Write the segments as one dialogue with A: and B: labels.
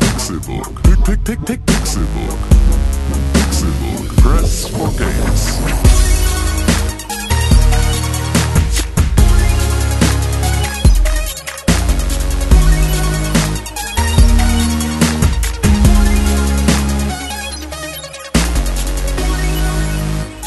A: Pixelburg. Pick, pick, pick, pick, Pixelburg. Pixelburg. Press for games.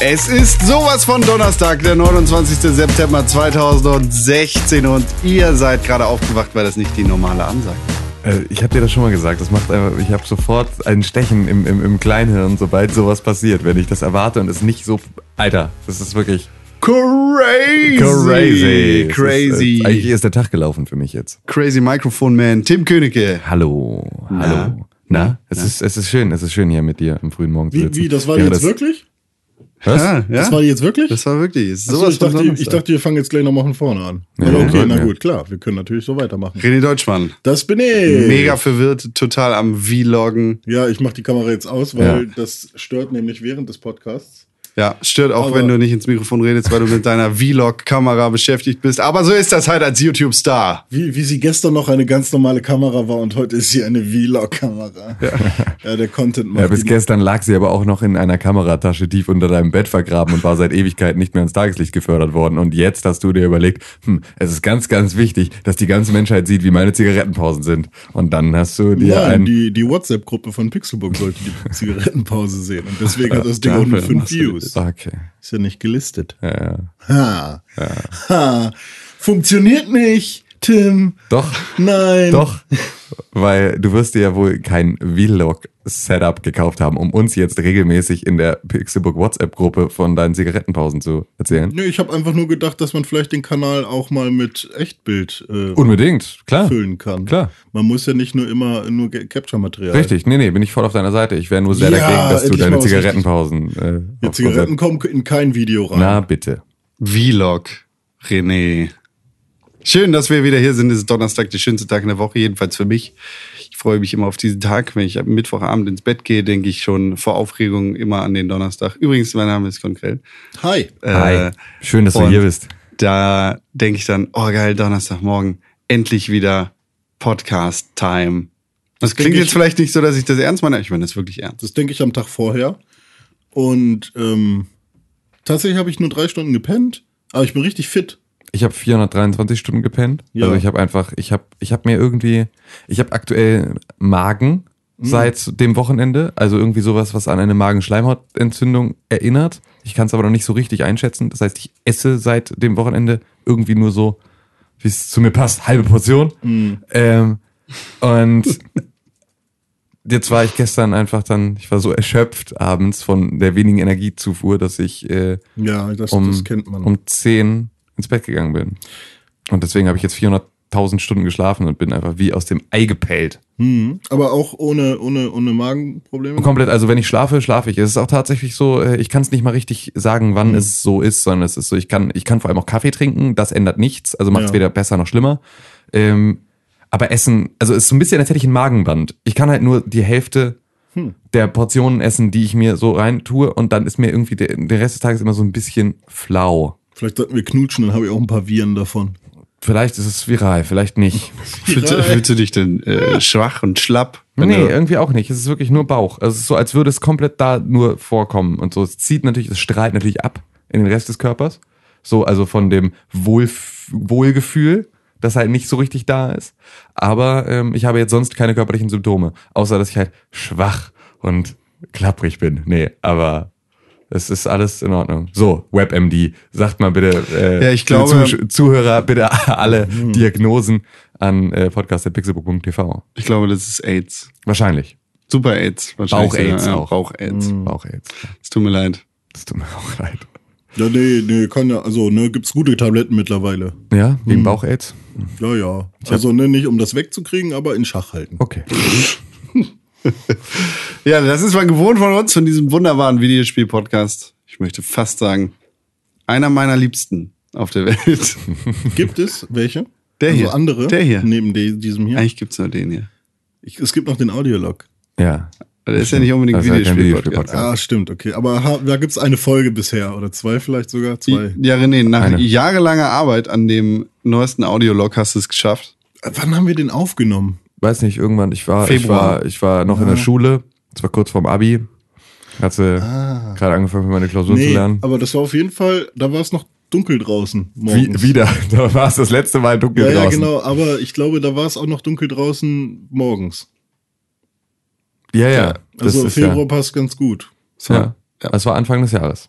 B: Es ist sowas von Donnerstag, der 29. September 2016 und ihr seid gerade aufgewacht, weil das nicht die normale Ansage ist.
C: Äh, Ich habe dir das schon mal gesagt, das macht einfach, ich habe sofort ein Stechen im, im, im Kleinhirn, sobald sowas passiert, wenn ich das erwarte und es nicht so. Alter, das ist wirklich
B: Crazy!
C: crazy. Es Ist, äh, eigentlich
B: Crazy!
C: ist der Tag gelaufen für mich jetzt.
B: Crazy Microphone Man, Tim Königke.
C: Hallo, hallo. Na, es ist es ist schön, es ist schön hier mit dir am frühen Morgen zu
D: Wie,
C: sitzen.
D: wie das war die
C: Wäre
D: jetzt wirklich?
C: Was?
B: Ah, Ja, ja?
D: Das war die jetzt wirklich?
B: Das war wirklich es ist
D: Achso,
B: sowas
D: ich,
B: von
D: dachte,
B: Donnerstag.
D: ich dachte, wir fangen jetzt gleich nochmal von vorne an.
C: Ja,
D: Aber okay,
C: wollten
D: na
C: wir.
D: gut, klar. Wir können natürlich so weitermachen.
B: René Deutschmann.
D: Das bin ich.
B: Mega verwirrt, total am Vloggen.
D: Ja, ich mache die Kamera jetzt aus, weil
C: Ja.
D: das stört nämlich während des Podcasts.
B: Ja, stört auch,
D: Aber-
B: wenn du nicht ins Mikrofon redest, weil du mit deiner Vlog-Kamera beschäftigt bist. Aber so ist das halt als YouTube-Star.
D: Wie, wie sie gestern noch eine ganz normale Kamera war und heute ist sie eine Vlog-Kamera. Ja. der Content
C: Ja,
D: macht.
C: bis
D: die-
C: gestern lag sie aber auch noch in einer Kameratasche tief unter deinem Bett vergraben und war seit Ewigkeit nicht mehr ins Tageslicht gefördert worden. Und jetzt hast du dir überlegt, hm, es ist ganz, ganz wichtig, dass die ganze Menschheit sieht, wie meine Zigarettenpausen sind. Und dann hast du dir
D: Nein,
C: ein...
D: die, die WhatsApp-Gruppe von Pixelburg sollte die Zigarettenpause sehen. Und deswegen hat das Ding auch
C: Dafür
D: nur 5
C: hast du-
D: Views.
C: Okay.
D: Ist ja nicht gelistet.
C: Ja, ja.
D: Ha. Ha. Funktioniert nicht, Tim.
C: Doch,
D: Nein.
C: doch, weil du wirst dir ja wohl kein Vlog-Setup gekauft haben, um uns jetzt regelmäßig in der Pixelbook WhatsApp-Gruppe von deinen Zigarettenpausen zu erzählen.
D: Nö, ich habe einfach nur gedacht, dass man vielleicht den Kanal auch mal mit Echtbild äh,
C: Unbedingt, klar.
D: füllen kann.
C: Klar.
D: Man muss ja nicht nur immer nur Ge- Capture-Material.
C: Richtig, nee, nee, bin ich voll auf deiner Seite. Ich wäre nur sehr
D: Ja,
C: dagegen, dass du
D: endlich
C: deine
D: mal was
C: Zigarettenpausen äh,
D: Die
C: auf
D: Zigaretten
C: Konzert-
D: kommen in kein Video rein.
C: Na bitte.
B: Vlog, René. Schön, dass wir wieder hier sind. Es ist Donnerstag, der schönste Tag in der Woche, jedenfalls für mich. Ich freue mich immer auf diesen Tag. Wenn ich am Mittwochabend ins Bett gehe, denke ich schon vor Aufregung immer an den Donnerstag. Übrigens, mein Name ist Konkrell.
D: Hi.
C: Hi.
B: Äh,
C: Schön, dass du
B: und-
C: hier bist.
B: Da denke ich dann, oh geil, Donnerstagmorgen, endlich wieder Podcast-Time. Das klingt
D: Denk ich-
B: jetzt vielleicht nicht so, dass ich das ernst meine. Ich meine das wirklich ernst.
D: Das denke ich am Tag vorher. Und ähm, tatsächlich habe ich nur drei Stunden gepennt, aber ich bin richtig fit.
C: Ich habe 423 Stunden gepennt.
D: Ja.
C: Also ich habe einfach, ich habe, ich habe mir irgendwie, ich habe aktuell Magen
B: Hm.
C: seit dem Wochenende. Also irgendwie sowas, was an eine Magenschleimhautentzündung erinnert. Ich kann es aber noch nicht so richtig einschätzen. Das heißt, ich esse seit dem Wochenende irgendwie nur so, wie es zu mir passt, halbe Portion.
B: Hm.
C: Ähm, und jetzt war ich gestern einfach dann, ich war so erschöpft abends von der wenigen Energiezufuhr, dass ich äh,
D: Ja, das,
C: um,
D: das kennt man.
C: um 10 ins Bett gegangen bin. Und deswegen habe ich jetzt 400.000 Stunden geschlafen und bin einfach wie aus dem Ei gepellt.
D: Mhm. Aber auch ohne, ohne, ohne Magenprobleme.
C: Und komplett, also wenn ich schlafe, schlafe ich. Es ist auch tatsächlich so, äh, ich kann es nicht mal richtig sagen,
D: Mhm.
C: wann es so ist, sondern es ist so, ich kann, ich kann vor allem auch Kaffee trinken, das ändert nichts, also macht es
D: Ja.
C: weder besser noch schlimmer. Ähm, aber Essen, also es ist so ein bisschen, als hätte ich ein Magenband. Ich kann halt nur die Hälfte
D: Hm.
C: der Portionen essen, die ich mir so rein tue und dann ist mir irgendwie der, der Rest des Tages immer so ein bisschen flau.
D: Vielleicht sollten wir knutschen, dann habe ich auch ein paar Viren davon.
C: Vielleicht ist es viral, vielleicht nicht.
B: Fühlst, du- fühlst du dich denn äh, schwach und schlapp? wenn
C: Nee,
B: du-
C: irgendwie auch nicht. Es ist wirklich nur Bauch. Also es ist so, als würde es komplett da nur vorkommen und so. Es zieht natürlich, es strahlt natürlich ab in den Rest des Körpers. So, also von dem Wohlf Wohlgefühl, das halt nicht so richtig da ist. Aber ähm, ich habe jetzt sonst keine körperlichen Symptome, außer dass ich halt schwach und klapprig bin. Nee, aber es ist alles in Ordnung. So, WebMD, sagt mal bitte, äh,
B: Ja, ich
C: liebe
B: glaube-
C: Zusch- Zuhörer, bitte alle Diagnosen an äh, podcast.pixelbook.tv.
B: ich glaube, das ist AIDS.
C: Wahrscheinlich.
B: Super AIDS. wahrscheinlich
C: Bauch-Aids
B: sogar, ja,
C: auch. Mhm.
B: Bauch-Aids.
C: Bauch-Aids.
B: Es tut mir leid.
C: Das tut mir auch leid.
D: Ja, nee, nee, kann ja, also, ne, gibt's gute Tabletten mittlerweile.
C: Ja, wegen Bauch-Aids?
D: Ja, ja. Also, ne, nicht um das wegzukriegen, aber in Schach halten.
C: Okay.
B: Ja, das ist mal gewohnt von uns, von diesem wunderbaren Videospiel-Podcast. Ich möchte fast sagen, einer meiner Liebsten auf der
C: Also
B: Welt.
D: Gibt es welche? Also
B: Der hier.
D: andere?
B: Der hier.
D: Neben de- diesem hier?
B: Eigentlich gibt's nur den hier.
D: Ich, es gibt noch den Audiolog.
C: Ja.
B: Aber Der ist ja nicht unbedingt
C: Das ist ja kein
B: Videospiel-Podcast.
C: Videospiel-Podcast. Ja.
D: Ah, stimmt, okay. Aber ha, da gibt's eine Folge bisher oder zwei vielleicht sogar, zwei.
B: Ja, René, nach
C: Eine.
B: jahrelanger Arbeit an dem neuesten Audiolog hast du es geschafft.
D: Wann haben wir den aufgenommen?
C: weiß nicht, irgendwann, ich war, ich
B: Februar.
C: war, ich war noch in der Schule, es war kurz vorm Abi, hatte gerade angefangen, für meine Klausur zu
D: Nee,
C: lernen.
D: aber das war auf jeden Fall, da war es noch dunkel draußen
C: Wie,
D: morgens.
C: wieder, da war es das letzte Mal dunkel
D: ja, ja,
C: draußen.
D: genau, aber ich glaube, da war es auch noch dunkel draußen morgens.
C: Ja, ja, das
D: Also
C: ist
D: Februar
C: ja,
D: passt ganz gut.
B: So,
C: ja.
B: ja.
C: Das war Anfang des Jahres.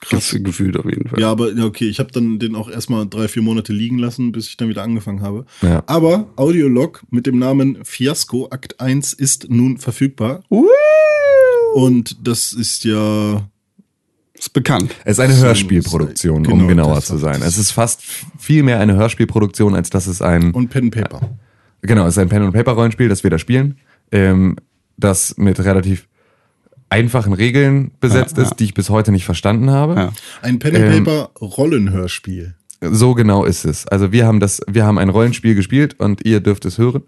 B: Krass gefühlt auf jeden Fall.
D: Ja, aber ja, okay, ich habe dann den auch erstmal drei, vier Monate liegen lassen, bis ich dann wieder angefangen habe.
C: Ja.
D: Aber Audiolog mit dem Namen Fiasco Akt 1 ist nun verfügbar. Und das ist ja
B: Ist bekannt.
C: Es ist eine
D: So,
C: Hörspielproduktion,
D: genau,
C: um genauer
D: das
C: zu
D: ist-
C: sein. Es ist fast viel mehr eine Hörspielproduktion, als dass es ein
D: und Pen and Paper.
C: Genau, es ist ein Pen-and-Paper-Rollenspiel, das wir da spielen, ähm, das mit relativ einfachen Regeln besetzt
B: Ja, ja.
C: ist, die ich bis heute nicht verstanden habe.
B: Ja.
D: Ein Pen
C: Ähm.
D: and Paper Rollenhörspiel.
C: So genau ist es. Also wir haben das, wir haben ein Rollenspiel gespielt und ihr dürft es hören.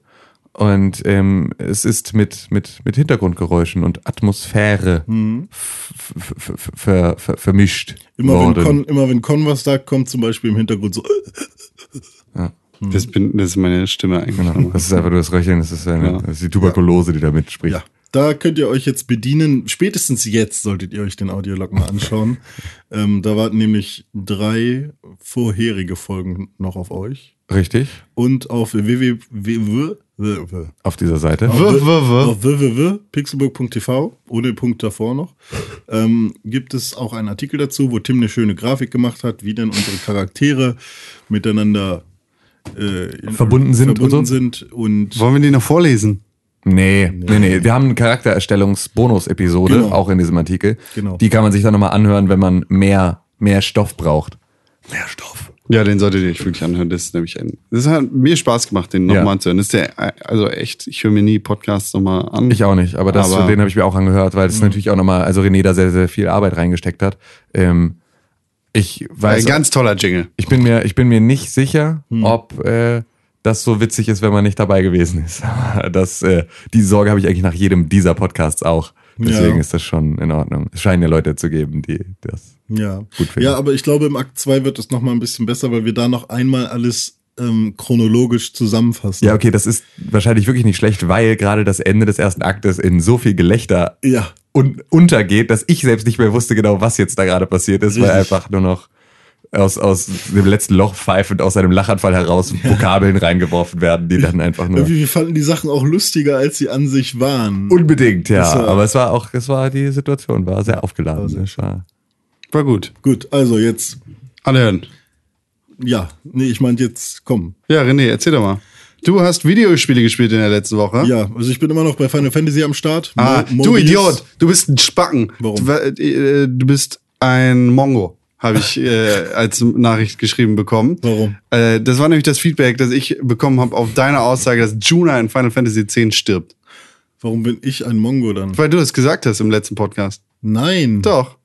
C: Und ähm, es ist mit, mit, mit Hintergrundgeräuschen und Atmosphäre
B: Mhm.
C: f- f- f- ver- ver- vermischt
D: Immer wenn,
C: worden.
D: Con, immer wenn Con was sagt, kommt zum Beispiel im Hintergrund so. äh,
B: Das, bin, das ist meine Stimme eigentlich.
C: Mhm. genau. Das ist einfach nur das Röcheln, das ist, eine,
B: Ja.
C: das ist die Tuberkulose, die da mitspricht.
D: Ja, da könnt ihr euch jetzt bedienen. Spätestens jetzt solltet ihr euch den Audiolog mal anschauen. ähm, da warten nämlich drei vorherige Folgen noch auf euch.
C: Richtig?
D: Und auf www. www.
C: Auf dieser Seite.
B: W- w- w-
D: Auf www.pixelburg.tv, ohne Punkt davor noch, ähm, gibt es auch einen Artikel dazu, wo Tim eine schöne Grafik gemacht hat, wie denn unsere Charaktere miteinander äh, in-
C: Verbunden sind
D: verbunden
C: und so?
D: sind und
B: Wollen wir die noch vorlesen?
C: Nee, nee, nee. Wir haben eine Charaktererstellungs-Bonus-Episode,
D: Genau.
C: auch in diesem Artikel.
D: Genau.
C: Die kann man sich dann nochmal anhören, wenn man mehr, mehr Stoff braucht. Mehr Stoff.
B: Ja, den solltet ihr euch wirklich anhören. Das ist nämlich ein. Das hat mir Spaß gemacht, den
C: Ja.
B: nochmal anzuhören. Das ist der, also echt, ich höre mir nie Podcasts nochmal an.
C: Ich auch nicht, aber, das,
B: Aber-
C: den habe ich mir auch angehört, weil das natürlich auch nochmal, also René da sehr, sehr viel Arbeit reingesteckt hat. Ähm, ich
B: Ein
C: weiß,
B: ganz toller Jingle.
C: ich bin mir, ich bin mir nicht sicher, ob äh, das so witzig ist, wenn man nicht dabei gewesen ist. Aber das, äh, die Sorge habe ich eigentlich nach jedem dieser Podcasts auch. Deswegen
D: Ja.
C: ist das schon in Ordnung. Es scheinen ja Leute zu geben, die das
D: ja.
C: gut finden.
D: ja, aber ich glaube, im Akt 2 wird es nochmal ein bisschen besser, weil wir da noch einmal alles ähm, chronologisch zusammenfassen.
C: Ja, okay, das ist wahrscheinlich wirklich nicht schlecht, weil gerade das Ende des ersten Aktes in so viel Gelächter
D: Ja,
C: un untergeht, dass ich selbst nicht mehr wusste genau, was jetzt da gerade passiert ist, weil
D: Richtig.
C: einfach nur noch aus, aus dem letzten Loch pfeifend aus einem Lachanfall heraus Vokabeln reingeworfen werden, die dann einfach nur...
D: irgendwie wir fanden die Sachen auch lustiger, als sie an sich waren.
C: Unbedingt, ja.
D: Das war-
C: Aber es war auch, es war, die Situation war sehr aufgeladen.
D: war sehr
C: es war,
B: War gut.
D: Gut, also jetzt,
B: Anhören.
D: ja, nee, ich meinte jetzt, komm,
B: Ja, René, erzähl doch mal. Du hast Videospiele gespielt in der letzten Woche.
D: Ja, also ich bin immer noch bei Final Fantasy am Start. Mo-
B: Ah, du
D: Mobius.
B: Idiot, du bist ein Spacken.
D: Warum?
B: Du, äh, du bist ein Mongo, habe ich äh, als Nachricht geschrieben bekommen.
D: Warum?
B: Äh, das war nämlich das Feedback, das ich bekommen habe auf deine Aussage, dass Juna in Final Fantasy X stirbt.
D: Warum bin ich ein Mongo dann?
B: Weil du es gesagt hast im letzten Podcast.
D: Nein,
B: Doch,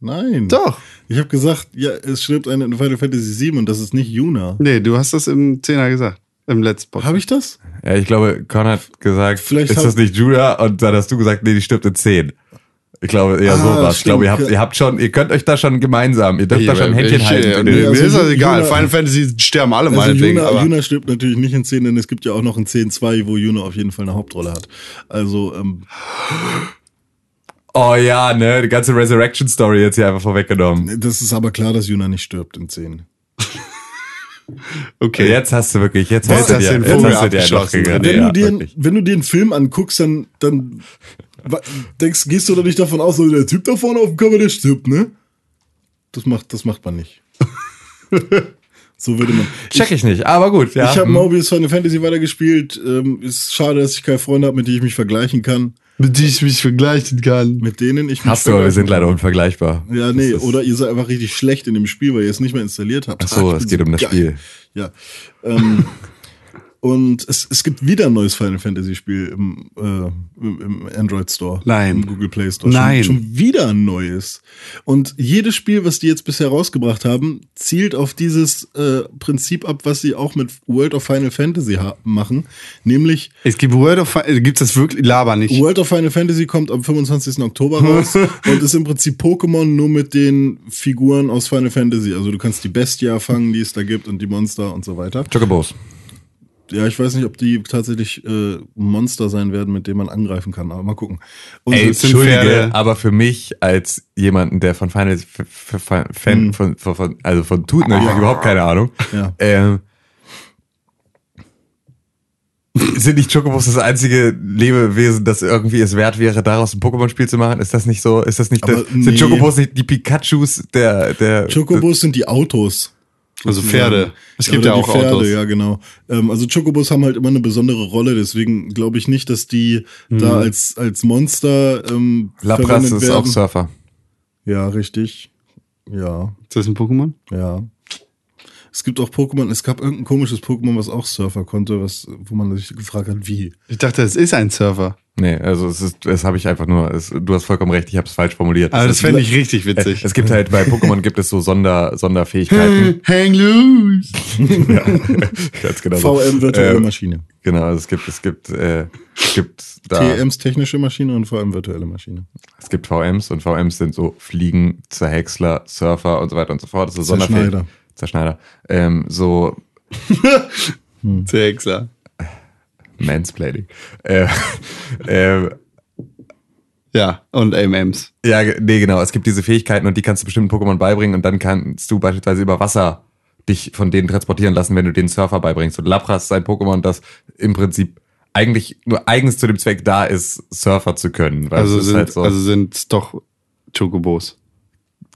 D: nein.
B: doch.
D: Ich habe gesagt, ja, es stirbt eine in Final Fantasy 7 und das ist nicht Yuna.
B: Nee, du hast das im Zehner gesagt. Im letzten Podcast.
D: Habe ich das?
C: ja, ich glaube, Con hat gesagt,
D: Vielleicht
C: ist
D: hab-
C: das nicht Judah? Und dann hast du gesagt, nee, die stirbt in 10. Ich glaube, eher
D: Ah,
C: sowas. Ich glaube, ihr habt,
D: stimmt.
C: ihr habt schon, ihr könnt euch da schon gemeinsam, ihr dürft da schon ein Händchen
B: ich,
C: halten.
B: äh,
C: in
B: mir
C: dem-
D: also
B: ist das
D: Ju-
B: egal.
D: Juna-
B: Final Fantasy sterben alle
D: Also
B: meinetwegen.
D: Yuna,
B: aber
D: Yuna stirbt natürlich nicht in 10, denn es gibt ja auch noch in 10.2, wo Yuna auf jeden Fall eine Hauptrolle hat. Also, ähm,
C: Oh ja, ne, die ganze Resurrection Story jetzt hier einfach vorweggenommen.
D: Ne, das ist aber klar, dass Yuna nicht stirbt in 10.
B: okay.
C: Jetzt hast du wirklich, jetzt
B: Jetzt
C: hast du
B: hast
C: dir,
B: du den
C: jetzt
B: Vogel
C: hast du dir noch
B: abgeschossen.
C: gegönnt.
D: Wenn,
C: ja,
D: du dir,
C: wirklich.
D: wenn du dir einen Film anguckst, dann, dann wa- denkst, gehst du doch nicht davon aus, so, der Typ da vorne auf dem Cover, der stirbt, ne? Das macht, das macht man nicht. so würde man.
C: Check ich nicht, aber gut, ja.
D: Ich habe
C: hm.
D: Mobius Final Fantasy weitergespielt. Ähm, ist schade, dass ich keine Freunde habe, mit denen ich mich vergleichen kann.
B: Mit die ich mich vergleichen kann.
D: Mit denen ich mich
C: hast du, aber wir
D: vergleichen
C: sind leider unvergleichbar.
D: kann. Ja, nee,
C: Das ist-
D: oder ihr seid einfach richtig schlecht in dem Spiel, weil ihr es nicht mehr installiert habt.
C: Ach so,
D: Ah,
C: es
D: ich bin
C: geht um das
D: geil.
C: Spiel.
D: Ja. Ähm, und es, es gibt wieder ein neues Final Fantasy Spiel im, äh, im im Android Store.
B: Nein.
D: Im Google Play Store.
B: Nein.
D: Schon, schon wieder ein neues. Und jedes Spiel, was die jetzt bisher rausgebracht haben, zielt auf dieses äh, Prinzip ab, was sie auch mit World of Final Fantasy ha- machen. Nämlich
B: Es gibt World of Fi- äh, gibt's das wirklich? Laber nicht.
D: World of Final Fantasy kommt am 25. Oktober raus und ist im Prinzip Pokémon nur mit den Figuren aus Final Fantasy. Also du kannst die Bestia fangen, die es da gibt und die Monster und so weiter.
C: Chocobos.
D: Ja, ich weiß nicht, ob die tatsächlich äh, ein Monster sein werden, mit dem man angreifen kann, aber mal gucken. Und
C: Ey,
B: es sind
C: Entschuldige,
B: Pferde.
C: aber für mich als jemanden, der von Final f- f- f- Fan von, von, von also von Tuten, ich habe überhaupt keine Ahnung.
D: Mhm. Ah. Ja.
C: Ähm, sind nicht Chocobos das einzige Lebewesen, das irgendwie es wert wäre, daraus ein Pokémon-Spiel zu machen? Ist das nicht so? Ist das nicht
D: Aber
C: das, sind
D: nee.
C: Chocobos nicht die Pikachus der der
D: Chocobos sind die Autos.
B: Also Pferde. Es gibt ja
D: Oder
B: auch
D: die Pferde,
B: Autos.
D: Ja, genau. Ähm, also Chocobos haben halt immer eine besondere Rolle, deswegen glaube ich nicht, dass die
B: Hm.
D: da als, als Monster ähm,
C: Lapras
D: verwendet
C: ist
D: werden.
C: auch Surfer?
D: Ja, richtig. Ja,
B: Ist das ein Pokémon?
D: ja. Es gibt auch Pokémon, es gab irgendein komisches Pokémon, was auch Surfer konnte, was, wo man sich gefragt hat, wie.
B: Ich dachte, es ist ein Surfer.
C: Nee, also es ist, das habe ich einfach nur. Es, du hast vollkommen recht, ich habe es falsch formuliert.
D: Ah,
B: Aber
C: Es
B: das
C: ist-
B: fände ich richtig witzig.
C: Es gibt halt bei Pokémon gibt es so Sonder, Sonderfähigkeiten.
B: Hang loose!
C: Ganz genau. so.
D: VM
B: äh,
D: virtuelle
C: Ähm,
D: Maschine.
C: Genau, also es gibt, es gibt, äh, es gibt da,
D: TMs technische Maschine und VM virtuelle Maschine.
C: es gibt VMs und VMs sind so Fliegen, Zerhäcksler, Surfer und so weiter und so fort. Das ist so
D: Zerschneider.
C: Sonderfähig- Zerschneider. Ähm, so
B: Der Hexer.
C: Mansplaining. Äh, ähm,
B: Ja, und MMs.
C: Ja, ge- nee, genau. Es gibt diese Fähigkeiten und die kannst du bestimmten Pokémon beibringen und dann kannst du beispielsweise über Wasser dich von denen transportieren lassen, wenn du den Surfer beibringst. Und Lapras ist ein Pokémon, das im Prinzip eigentlich nur eigens zu dem Zweck da ist, Surfer zu können. Weil
B: Also
C: es ist
B: sind,
C: halt so.
B: also sind doch Chocobos.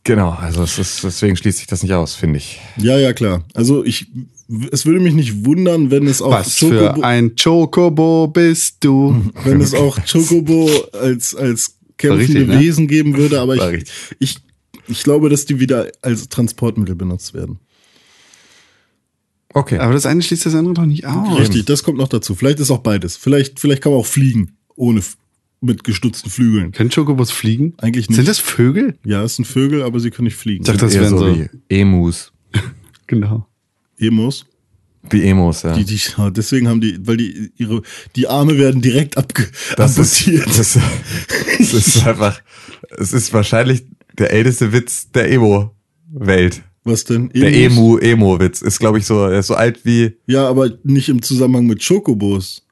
C: genau, also es ist, deswegen schließt sich das nicht aus, finde ich.
D: Ja, ja, klar. Also ich, w- es würde mich nicht wundern, wenn es auch
B: Was für ein Chocobo bist du?
D: wenn es auch Chocobo als, als kämpfende
B: richtig, ne?
D: Wesen geben würde, aber
C: War
D: ich,
C: richtig.
D: ich, ich glaube, dass die wieder als Transportmittel benutzt werden.
C: Okay.
B: Aber das eine schließt das andere doch nicht aus.
D: Richtig, das kommt noch dazu. Vielleicht ist auch beides. Vielleicht, vielleicht kann man auch fliegen, ohne f- mit gestutzten Flügeln.
B: Können Chocobos fliegen?
D: Eigentlich nicht.
B: Sind das Vögel?
D: Ja, es sind Vögel, aber sie können nicht fliegen. ne?
B: Ich dachte, das
C: Eher
B: wären so.
C: wie Emus.
B: Genau.
D: Emos.
C: Die Emus, ja.
D: Die, die, ja, deswegen haben die, weil die ihre die Arme werden direkt abge
C: das ist,
D: amputiert.
C: das, das ist einfach, es ist wahrscheinlich der älteste Witz der Emo-Welt.
D: Was denn?
C: Der Emu,
D: Emos?
C: Emo-Witz ist, glaube ich, so, er ist so alt wie,
D: Ja, aber nicht im Zusammenhang mit Chocobos.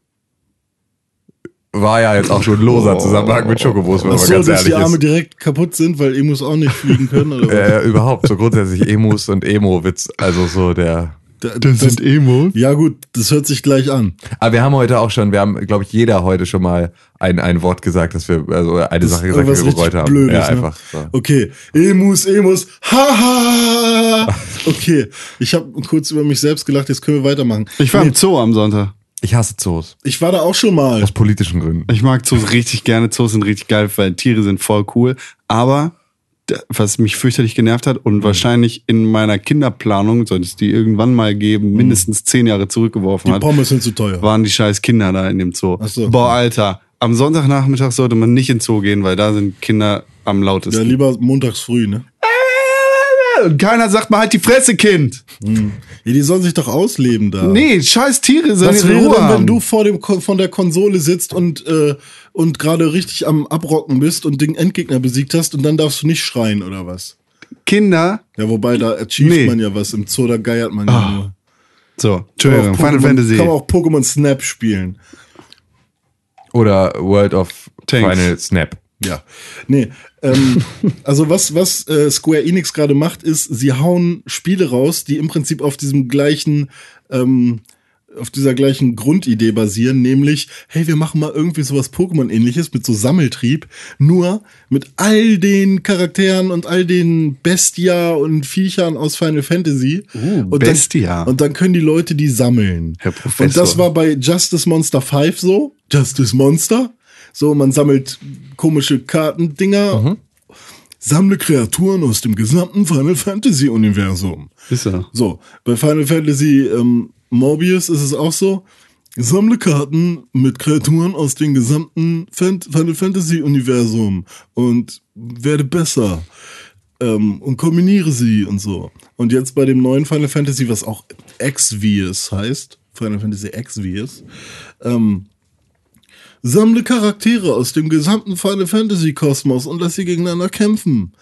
C: war ja jetzt auch schon loser Zusammenhang mit Schokobos, wenn
D: Ach
C: man
D: so,
C: ganz
D: dass die
C: ehrlich
D: Arme
C: ist.
D: direkt kaputt sind, weil Emus auch nicht fliegen können oder was?
C: Äh, überhaupt, so grundsätzlich Emus und Emo-Witz, also so der.
D: Da-
B: Das sind Emos.
D: ja gut, das hört sich gleich an.
C: Aber Ah, wir haben heute auch schon, wir haben, glaube ich, jeder heute schon mal ein, ein Wort gesagt, dass wir, also eine
D: Das
C: Sache gesagt, die
D: irgendwas
C: wir bereut
D: richtig
C: haben.
D: Blödes,
C: ja,
D: ne?
C: einfach. So.
D: Okay, Emus, Emus, haha. Okay, ich habe kurz über mich selbst gelacht, jetzt können wir weitermachen.
B: Ich war
D: Nee,
B: im Zoo am Sonntag.
C: Ich hasse Zoos.
D: ich war da auch schon mal.
C: Aus politischen Gründen.
B: Ich mag Zoos richtig gerne. Zoos sind richtig geil, weil Tiere sind voll cool. Aber d- was mich fürchterlich genervt hat
D: Mhm.
B: und wahrscheinlich in meiner Kinderplanung, sollte es die irgendwann mal geben, mindestens zehn Jahre zurückgeworfen
D: Mhm. Die
B: hat,
D: Pommes sind zu teuer.
B: waren die scheiß Kinder da in dem Zoo.
D: Ach so.
B: Boah, Alter. Am Sonntagnachmittag sollte man nicht ins Zoo gehen, weil da sind Kinder am
D: Ja,
B: lautesten.
D: lieber montags früh, ne?
B: und keiner sagt mal halt die Fresse, Kind.
D: Ja, die sollen sich doch ausleben da.
B: Nee, scheiß Tiere sollen
D: Was
B: ihre
D: wäre
B: Ruhe
D: denn, wenn
B: haben.
D: du vor dem Kon- von der Konsole sitzt und, äh, und gerade richtig am Abrocken bist und den Endgegner besiegt hast und dann darfst du nicht schreien oder was?
B: Kinder
D: Ja, wobei da achieved
B: Nee.
D: man ja was. Im Zoo, da geiert man ja nur.
B: So,
D: Kann man
B: Entschuldigung,
D: auch
B: Final
D: Pokémon-
B: Fantasy.
D: Kann man auch Pokémon Snap spielen.
C: Oder World of
B: Tanks.
C: Final Snap.
D: Ja. Nee. Ähm, also was, was äh, Square Enix gerade macht, ist, sie hauen Spiele raus, die im Prinzip auf diesem gleichen, ähm, auf dieser gleichen Grundidee basieren, nämlich, hey, wir machen mal irgendwie sowas Pokémon-ähnliches mit so Sammeltrieb, nur mit all den Charakteren und all den Bestia und Viechern aus Final Fantasy.
B: Uh,
D: und
B: Bestia.
D: Dann, und dann können die Leute die sammeln.
B: Herr Professor.
D: Und das war bei Justice Monster 5 so. Justice Monster. So, man sammelt komische Kartendinger.
B: Mhm.
D: Sammle Kreaturen aus dem gesamten Final Fantasy Universum.
B: Ist er.
D: So, bei Final Fantasy ähm, Morbius ist es auch so. Sammle Karten mit Kreaturen aus dem gesamten Fan Final Fantasy Universum und werde besser ähm, und kombiniere sie und so. Und jetzt bei dem neuen Final Fantasy, was auch Exvius heißt, Final Fantasy Exvius, ähm, sammle Charaktere aus dem gesamten Final Fantasy Kosmos und lass sie gegeneinander kämpfen.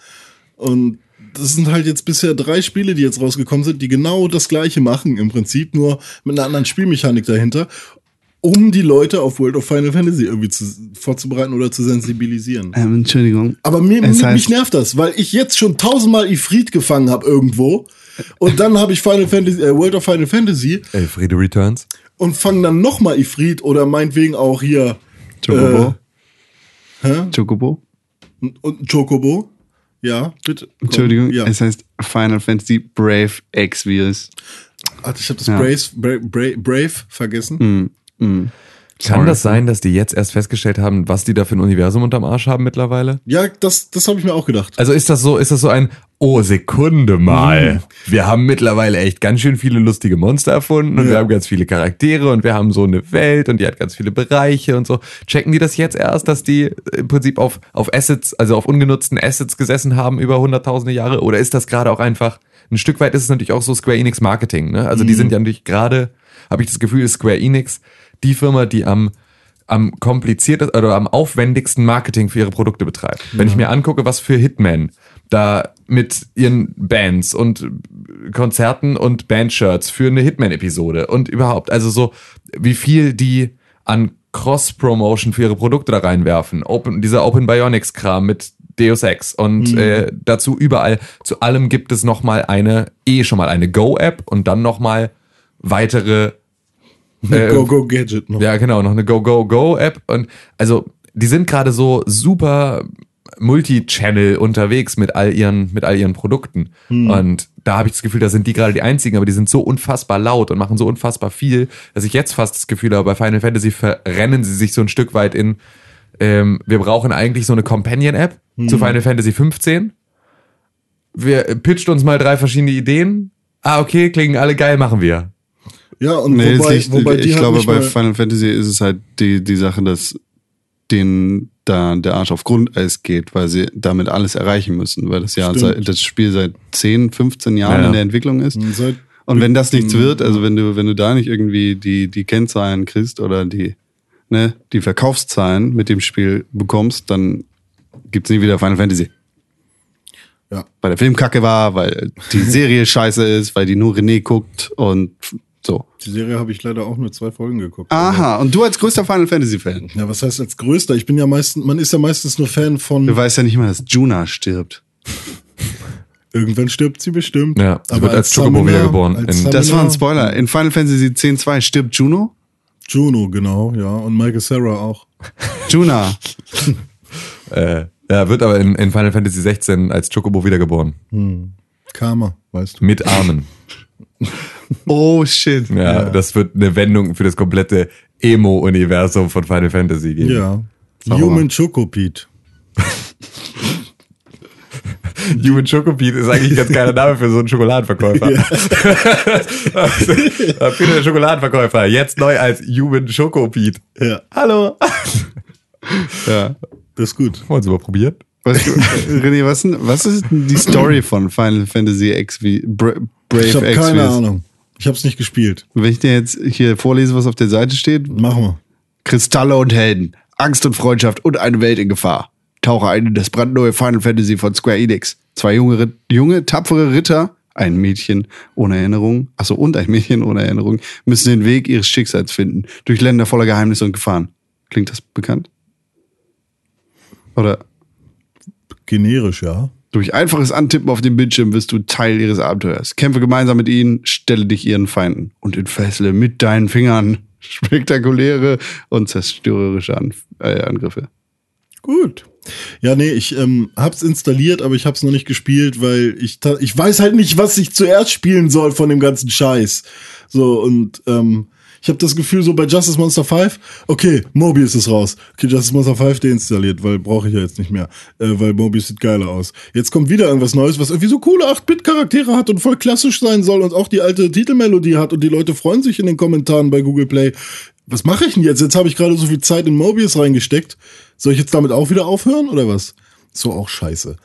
D: Und das sind halt jetzt bisher drei Spiele, die jetzt rausgekommen sind, die genau das gleiche machen im Prinzip, nur mit einer anderen Spielmechanik dahinter, um die Leute auf World of Final Fantasy irgendwie zu, vorzubereiten oder zu sensibilisieren.
B: Ähm, Entschuldigung.
D: Aber mir,
B: Es
D: mich,
B: heißt-
D: mich nervt das, weil ich jetzt schon tausendmal Ifrit gefangen habe irgendwo und dann habe ich Final Fantasy, äh, World of Final Fantasy
C: Elfriede Returns.
D: und fange dann nochmal Ifrit oder meinetwegen auch hier
B: Chocobo.
D: Äh, hä?
B: Chocobo.
D: und Chocobo. Ja, bitte. Komm,
B: Entschuldigung,
D: Ja.
B: es heißt Final Fantasy Brave Exvius.
D: Warte, Ah, ich habe das
B: Ja. Hm.
D: Brave, Brave, Brave, Brave vergessen.
C: Kann das sein, dass die jetzt erst festgestellt haben, was die da für ein Universum unterm Arsch haben mittlerweile?
D: Ja, das, das habe ich mir auch gedacht.
C: Also ist das so, ist das so ein Oh, Sekunde mal. Wir haben mittlerweile echt ganz schön viele lustige Monster erfunden und wir haben ganz viele Charaktere und wir haben so eine Welt und die hat ganz viele Bereiche und so. Checken die das jetzt erst, dass die im Prinzip auf, auf Assets, also auf ungenutzten Assets gesessen haben über hunderttausende Jahre? Oder ist das gerade auch einfach, ein Stück weit ist es natürlich auch so Square Enix Marketing, ne? Also die sind ja natürlich gerade, habe ich das Gefühl, ist Square Enix die Firma, die am am kompliziertesten oder am aufwendigsten Marketing für ihre Produkte betreibt. Wenn ich mir angucke, was für Hitmen da mit ihren Bands und Konzerten und Bandshirts für eine Hitman-Episode und überhaupt, also so, wie viel die an Cross-Promotion für ihre Produkte da reinwerfen. Open, dieser Open Bionics-Kram mit Deus Ex und äh, dazu überall, zu allem gibt es nochmal eine, eh schon mal eine Go-App und dann nochmal weitere äh,
D: Go, go, Gadget noch.
C: ja, genau, noch eine Go Go Go App und also die sind gerade so super Multi-Channel unterwegs mit all ihren mit all ihren Produkten und da habe ich das Gefühl, da sind die gerade die einzigen, aber die sind so unfassbar laut und machen so unfassbar viel, dass ich jetzt fast das Gefühl habe, bei Final Fantasy verrennen sie sich so ein Stück weit in ähm, wir brauchen eigentlich so eine Companion App zu Final Fantasy 15 wir äh, pitcht uns mal drei verschiedene Ideen. Ah, okay, klingen alle geil, machen wir.
D: Ja, und
B: Nee,
D: wobei,
B: es liegt,
D: wobei die
B: ich
D: halt
B: glaube,
D: nicht
B: bei
D: mal,
B: Final Fantasy ist es halt die, die Sache, dass denen da der Arsch auf Grundeis geht, weil sie damit alles erreichen müssen, weil das ja
D: Stimmt.
B: seit, das Spiel seit 10, 15 Jahren
C: Ja.
B: in der Entwicklung ist.
D: seit, Hm.
B: Und wenn das nichts wird, also wenn du, wenn du da nicht irgendwie die, die Kennzahlen kriegst oder die, ne, die Verkaufszahlen mit dem Spiel bekommst, dann gibt's nie wieder Final Fantasy.
D: Ja.
B: Weil der Film kacke war, weil die Serie scheiße ist, weil die nur René guckt und so.
D: die Serie habe ich leider auch nur zwei Folgen geguckt.
B: Aha, und du als größter Final Fantasy-Fan.
D: Ja, was heißt als größter? Ich bin ja meistens, man ist ja meistens nur Fan
B: Du
D: von,
B: weißt ja nicht mal, dass Juna stirbt.
D: irgendwann stirbt sie bestimmt.
C: Ja, sie wird als Chocobo
D: Summoner-
C: wiedergeboren.
D: Als
C: In-
B: Das war ein
D: Summoner-
B: Spoiler. In Final Fantasy X-2 stirbt Juno?
D: Juno, genau, ja. Und Michael Sarah auch.
B: Juna.
C: Äh, ja, wird aber in, in Final Fantasy 16 als Chocobo wiedergeboren.
D: Karma, weißt du.
C: Mit Armen.
B: Oh shit.
C: Ja, das wird eine Wendung für das komplette Emo-Universum von Final Fantasy geben.
D: Ja.
B: Sag mal.
D: Human Chocopete.
C: Human Chocopete ist eigentlich ein ganz geiler Name für so einen Schokoladenverkäufer. für den Schokoladenverkäufer. Jetzt neu als Human Chocopete.
D: Ja,
C: Hallo.
B: Ja.
D: das ist gut.
C: Wollen Sie mal probieren?
B: Was, René, was, denn- was ist denn die Story von Final Fantasy XV, Bra Brave
D: Ich habe
B: XV?
D: keine Ahnung. Ich habe es nicht gespielt.
B: Wenn ich dir jetzt hier vorlese, was auf der Seite steht.
D: Machen wir.
B: Kristalle und Helden, Angst und Freundschaft und eine Welt in Gefahr. Tauche ein in das brandneue Final Fantasy von Square Enix. Zwei junge, Rit- junge tapfere Ritter, ein Mädchen ohne Erinnerung, achso, und ein Mädchen ohne Erinnerung, müssen den Weg ihres Schicksals finden. Durch Länder voller Geheimnisse und Gefahren. Klingt das bekannt? Oder
D: Generisch, ja.
B: Durch einfaches Antippen auf dem Bildschirm wirst du Teil ihres Abenteuers. Kämpfe gemeinsam mit ihnen, stelle dich ihren Feinden und entfessle mit deinen Fingern spektakuläre und zerstörerische Anf äh, Angriffe.
D: Gut. Ja, nee, ich ähm, hab's installiert, aber ich hab's noch nicht gespielt, weil ich ta- ich weiß halt nicht, was ich zuerst spielen soll von dem ganzen Scheiß. So und ähm, ich habe das Gefühl, so bei Justice Monster 5, okay, Mobius ist raus. Okay, Justice Monster 5 deinstalliert, weil brauche ich ja jetzt nicht mehr, äh, weil Mobius sieht geiler aus. Jetzt kommt wieder irgendwas Neues, was irgendwie so coole 8-Bit-Charaktere hat und voll klassisch sein soll und auch die alte Titelmelodie hat und die Leute freuen sich in den Kommentaren bei Google Play. Was mache ich denn jetzt? Jetzt habe ich gerade so viel Zeit in Mobius reingesteckt. Soll ich jetzt damit auch wieder aufhören oder was? So auch scheiße.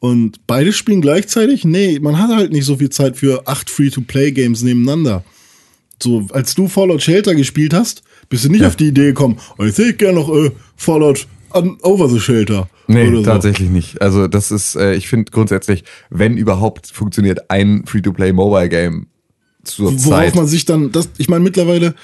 D: Und beide spielen gleichzeitig? Nee, man hat halt nicht so viel Zeit für acht Free-to-Play-Games nebeneinander. So, als du Fallout Shelter gespielt hast, bist du nicht auf die Idee gekommen, oh, jetzt hätte ich gerne noch äh, Fallout an Over the Shelter.
C: Nee,
D: oder so.
C: tatsächlich nicht. Also das ist, äh, ich finde grundsätzlich, wenn überhaupt funktioniert ein Free-to-Play-Mobile-Game zur
D: Worauf
C: Zeit.
D: man sich dann, das, ich meine, mittlerweile,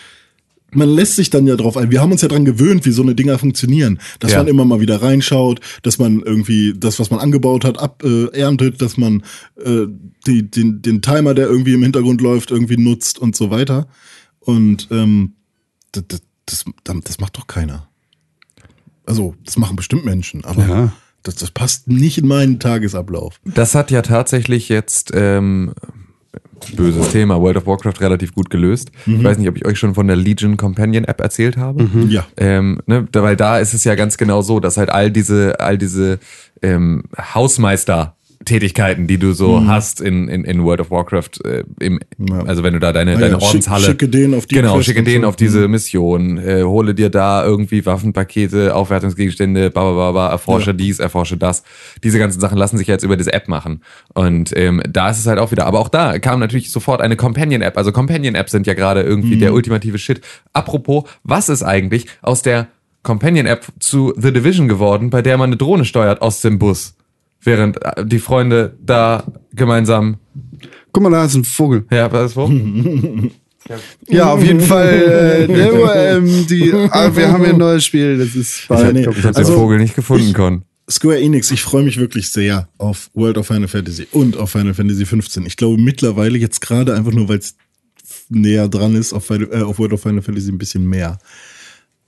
D: man lässt sich dann ja drauf ein. Wir haben uns ja dran gewöhnt, wie so eine Dinger funktionieren. Dass
C: Ja.
D: man immer mal wieder reinschaut, dass man irgendwie das, was man angebaut hat, aberntet, äh, erntet, dass man äh, die, den, den Timer, der irgendwie im Hintergrund läuft, irgendwie nutzt und so weiter. Und ähm, das, das, das, das macht doch keiner. Also, das machen bestimmt Menschen, aber
B: Ja.
D: das, das passt nicht in meinen Tagesablauf.
C: das hat ja tatsächlich jetzt ähm, böses Thema World of Warcraft relativ gut gelöst.
D: Mhm.
C: Ich weiß nicht, ob ich euch schon von der Legion Companion App erzählt habe.
D: Ja.
C: Ähm, ne, da- weil da ist es ja ganz genau so, dass halt all diese, all diese ähm, Hausmeister-Tätigkeiten, die du so hast in, in, in World of Warcraft, äh, im,
D: Mhm. Ja.
C: also wenn du da deine,
D: Ah ja,
C: deine
D: schick-
C: Ordenshalle.
D: schicke den auf die
C: Genau,
D: Quest
C: schicke
D: und
C: den
D: so.
C: auf diese Mission, äh, hole dir da irgendwie Waffenpakete, Aufwertungsgegenstände, bla bla bla, bla erforsche dies, erforsche das. Diese ganzen Sachen lassen sich ja jetzt über diese App machen. Und ähm, da ist es halt auch wieder. Aber auch da kam natürlich sofort eine Companion-App. Also Companion-Apps sind ja gerade irgendwie
D: Mhm.
C: der ultimative Shit. Apropos, was ist eigentlich aus der Companion-App zu The Division geworden, bei der man eine Drohne steuert aus dem Bus? Während äh, die Freunde da gemeinsam.
B: Guck mal, da ist ein Vogel.
C: Ja, was wo?
B: Ja, auf jeden Fall. Äh, ne, ähm, die, ah, wir haben ja ein neues Spiel. Das ist bei
D: nee.
C: Ich habe
D: Also,
C: den Vogel nicht gefunden, Con.
D: Square Enix, ich freue mich wirklich sehr auf World of Final Fantasy und auf Final Fantasy 15. Ich glaube mittlerweile jetzt gerade einfach nur, weil es näher dran ist, auf, Final, äh, auf World of Final Fantasy ein bisschen mehr.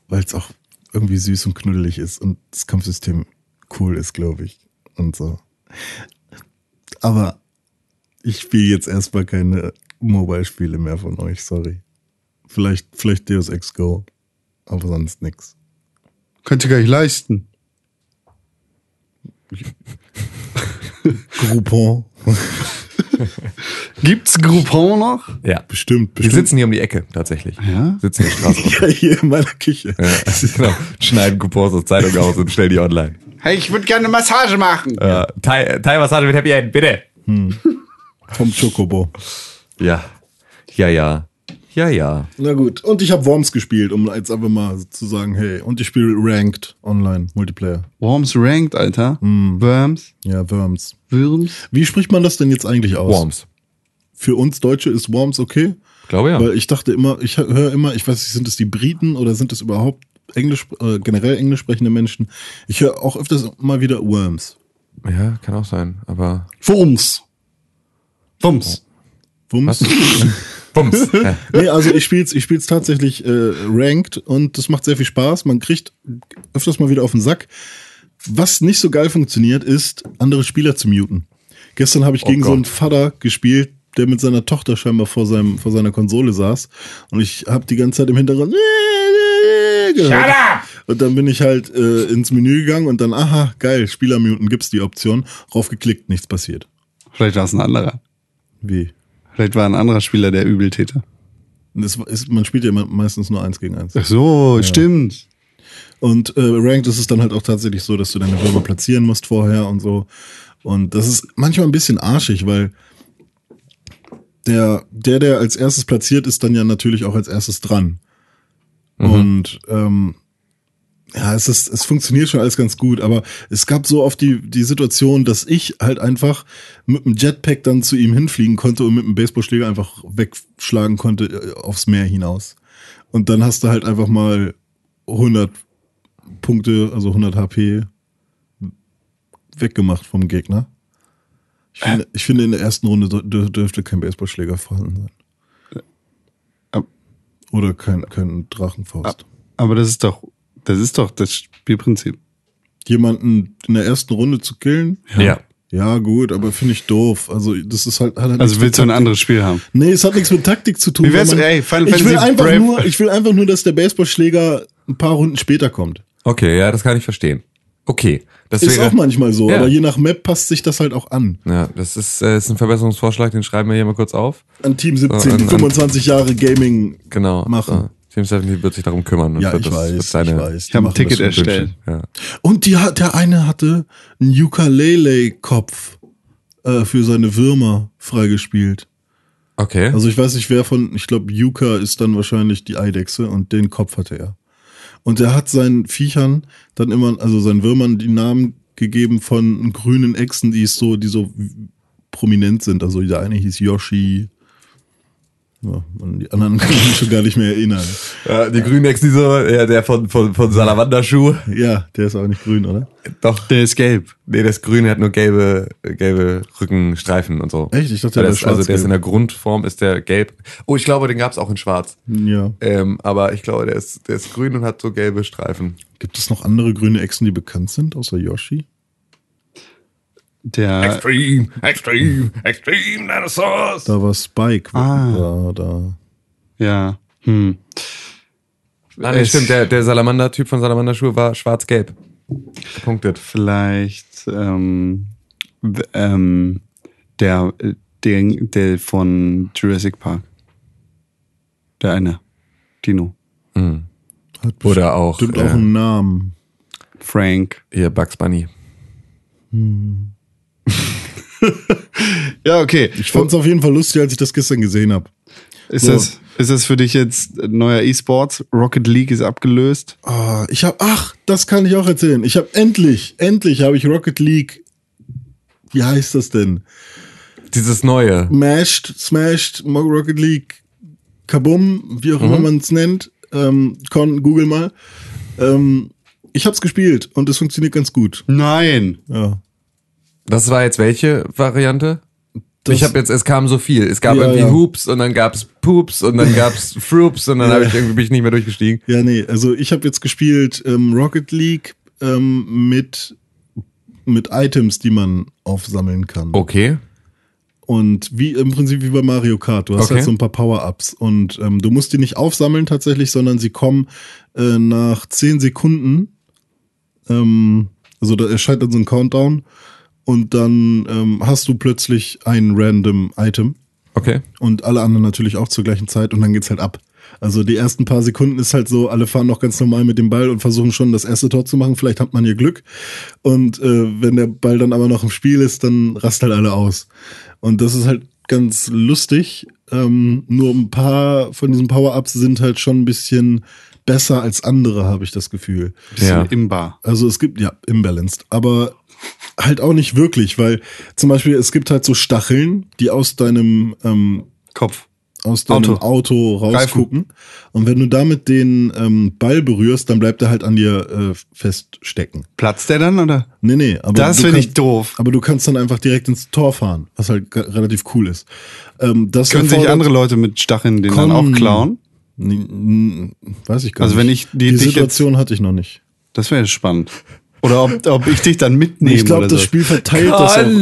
D: Weil es auch irgendwie süß und knuddelig ist und das Kampfsystem cool ist, glaube ich. Und so. Aber ich spiele jetzt erstmal keine Mobile-Spiele mehr von euch, sorry. Vielleicht, vielleicht Deus Ex Go, aber sonst nix.
B: Könnt ihr gar nicht leisten.
D: Groupon.
B: Gibt's Groupon noch?
C: Ja.
D: Bestimmt,
C: Die
D: bestimmt.
C: sitzen hier um die Ecke, tatsächlich.
B: Ja?
C: Sitzen hier Straße.
D: Ja, hier in meiner Küche.
C: genau. Schneiden Coupons aus Zeitung aus und stellen die online.
B: Hey, ich würde gerne eine Massage machen.
C: Ja. Teil, Teil was hatte mit Happy End, bitte.
D: Vom Chocobo.
C: Ja. Ja, ja. Ja, ja.
D: Na gut. Und ich habe Worms gespielt, um jetzt einfach mal zu sagen, hey, und ich spiele Ranked online, Multiplayer.
B: Worms ranked, Alter. Worms.
D: Ja, Worms.
B: Würms.
D: Wie spricht man das denn jetzt eigentlich aus?
C: Worms.
D: Für uns Deutsche ist Worms okay?
C: Glaube ja.
D: Weil ich dachte immer, ich höre immer, ich weiß nicht, sind es die Briten oder sind es überhaupt Englisch, äh, generell englisch sprechende Menschen? Ich höre auch öfters mal wieder Worms.
C: Ja, kann auch sein, aber.
B: Wurms. Wurms.
D: Wumms.
C: Bums. ja.
D: nee, also ich spiel's, ich spiel's tatsächlich äh, ranked und das macht sehr viel Spaß. Man kriegt öfters mal wieder auf den Sack. Was nicht so geil funktioniert, ist, andere Spieler zu muten. Gestern habe ich gegen so einen Vater gespielt, der mit seiner Tochter scheinbar vor, seinem, vor seiner Konsole saß. Und ich habe die ganze Zeit im Hintergrund gehört. Und dann bin ich halt äh, ins Menü gegangen und dann, aha, geil, Spieler muten, gibt's die Option. Raufgeklickt, nichts passiert.
B: Vielleicht war es ein anderer.
D: Wie?
B: Vielleicht war ein anderer Spieler der Übeltäter.
D: Das ist, man spielt ja immer meistens nur eins gegen eins.
B: Ach so, stimmt.
D: Und äh, Ranked ist es dann halt auch tatsächlich so, dass du deine Würmer platzieren musst vorher und so. Und das ist manchmal ein bisschen arschig, weil der, der, der als erstes platziert ist, dann ja natürlich auch als erstes dran. Und ähm, ja, es, ist, es funktioniert schon alles ganz gut, aber es gab so oft die, die Situation, dass ich halt einfach mit dem Jetpack dann zu ihm hinfliegen konnte und mit dem Baseballschläger einfach wegschlagen konnte äh, aufs Meer hinaus. Und dann hast du halt einfach mal 100 Punkte, also 100 HP weggemacht vom Gegner. Ich
B: Äh.
D: finde, ich finde in der ersten Runde dür- dür- dürfte kein Baseballschläger vorhanden sein.
B: Äh, Ab-
D: Oder kein, kein Drachenfaust.
B: Aber das ist doch, das ist doch das Spielprinzip.
D: Jemanden in der ersten Runde zu killen?
C: ja.
D: Ja, gut, aber finde ich doof. Also, das ist halt. Hat halt
B: Also
D: nichts
B: willst du
D: mit
B: ein anderes Spiel haben?
D: Taktik- Nee, es hat nichts mit Taktik zu tun.
B: Wie wär's-
D: weil man-
B: ey, Final
D: ich, will
B: Fantasy
D: einfach
B: Brave-
D: nur, ich will einfach nur, dass der Baseballschläger ein paar Runden später kommt.
C: Okay, ja, das kann ich verstehen. Okay. Das
D: Ist
C: wäre,
D: auch manchmal so,
C: Ja.
D: aber je nach Map passt sich das halt auch an.
C: Ja, das ist, äh, ist ein Verbesserungsvorschlag, den schreiben wir hier mal kurz auf.
D: An Team 17,
C: Äh, an-
D: die
C: an-
D: 25 Jahre Gaming
C: Genau.
D: machen.
C: Äh, Team 17 wird sich darum kümmern. und
D: Ja,
C: wird
D: ich
C: das-
D: weiß,
C: wird
D: ich
C: seine-
D: weiß.
B: Ich habe ein
D: Die machen
B: Ticket
D: das schon.
B: erstellt.
C: Ja.
D: Und die hat, der eine hatte einen Ukulele-Kopf äh, für seine Würmer freigespielt.
C: Okay.
D: Also ich weiß nicht, wer von, ich glaube, Yuka ist dann wahrscheinlich die Eidechse und den Kopf hatte er. Und er hat seinen Viechern dann immer, also seinen Würmern die Namen gegeben von grünen Echsen, die es so, die so prominent sind. Also der eine hieß Yoshi. Ja, und die anderen kann ich mich schon gar nicht mehr erinnern.
C: Ja, die grünen Echsen, die so, ja, der von, von, von Salamanderschuh.
D: Ja, der ist aber nicht grün, oder?
C: Doch.
B: Der ist gelb.
C: Nee, das Grüne hat nur gelbe, gelbe Rückenstreifen und so.
D: Echt? Ich dachte,
C: der
D: der
C: das,
D: war
C: Also der ist
D: schwarz-gelb.
C: in der Grundform, ist der gelb. Oh, ich glaube, den gab es auch in schwarz.
D: Ja.
C: Ähm, aber ich glaube, der ist, der ist grün und hat so gelbe Streifen.
D: Gibt es noch andere grüne Echsen, die bekannt sind, außer Yoshi?
B: Der,
C: Extreme, extreme, extreme Dinosaurs.
D: Da war Spike.
B: Ah.
D: War da.
B: ja. Hm.
C: Ah, nee,
B: Es-
C: stimmt, der, der Salamander-Typ von Salamanderschuhe war schwarz-gelb. Gepunktet.
B: Vielleicht ähm, w- ähm, der, äh, den, der von Jurassic Park. Der eine. Dino.
D: Hat
C: Oder auch,
D: Stimmt
C: äh,
D: auch einen Namen.
B: Frank.
C: Ihr Bugs Bunny.
B: Ja, okay.
D: Ich fand es auf jeden Fall lustig, als ich das gestern gesehen habe.
B: ist, das, ist das für dich jetzt neuer E-Sports? Rocket League ist abgelöst.
D: Ah, ich habe, ach, das kann ich auch erzählen. Ich habe endlich, endlich habe ich Rocket League. Wie heißt das denn?
C: Dieses neue.
D: Mashed, Smashed, Mo- Rocket League, Kabum, wie auch immer man es nennt. Ähm, Con, Google mal. Ähm, ich habe es gespielt und es funktioniert ganz gut.
B: Nein.
D: Ja.
C: Das war jetzt welche Variante?
D: Das-
C: ich habe jetzt, es kam so viel. Es gab
D: Ja,
C: irgendwie
D: ja.
C: Hoops und dann gab's Poops und dann gab's Froops und dann hab ich irgendwie bin ich nicht mehr durchgestiegen.
D: Ja, nee, also ich habe jetzt gespielt ähm, Rocket League ähm, mit, mit Items, die man aufsammeln kann.
C: Okay.
D: Und wie im Prinzip wie bei Mario Kart. Du hast
C: Okay.
D: halt so ein paar Power-Ups. Und ähm, du musst die nicht aufsammeln tatsächlich, sondern sie kommen äh, nach 10 Sekunden. Ähm, also da erscheint dann so ein Countdown. Und dann ähm, hast du plötzlich ein random Item.
C: Okay.
D: Und alle anderen natürlich auch zur gleichen Zeit. Und dann geht's halt ab. Also die ersten paar Sekunden ist halt so, alle fahren noch ganz normal mit dem Ball und versuchen schon das erste Tor zu machen. Vielleicht hat man hier Glück. Und äh, wenn der Ball dann aber noch im Spiel ist, dann rast halt alle aus. Und das ist halt ganz lustig. Ähm, nur ein paar von diesen Power-Ups sind halt schon ein bisschen besser als andere, habe ich das Gefühl.
B: Bisschen
C: Ja.
B: im Bar.
D: Also es gibt, ja, imbalanced, aber halt auch nicht wirklich, weil zum Beispiel es gibt halt so Stacheln, die aus deinem ähm,
B: Kopf.
D: aus deinem
B: Auto.
D: Auto, rausgucken. Und wenn du damit den ähm, Ball berührst, dann bleibt er halt an dir äh, feststecken.
B: Platzt der dann oder?
D: Nee, nee. Aber
B: Das
D: du
B: finde ich
D: kannst-
B: doof.
D: Aber du kannst dann einfach direkt ins Tor fahren, was halt g- relativ cool ist. Ähm, das
B: Können sich
D: erfordert-
B: andere Leute mit Stacheln den dann auch
D: Komm.
B: klauen?
D: Nee, n- Weiß ich gar
B: Also wenn
D: nicht.
B: ich die-
D: die
B: dich
D: Situation hatte ich noch nicht.
B: Das wäre spannend. Oder ob, ob ich dich dann mitnehme.
D: ich glaube,
B: oder
D: das
B: so.
D: Spiel verteilt das auch.
C: du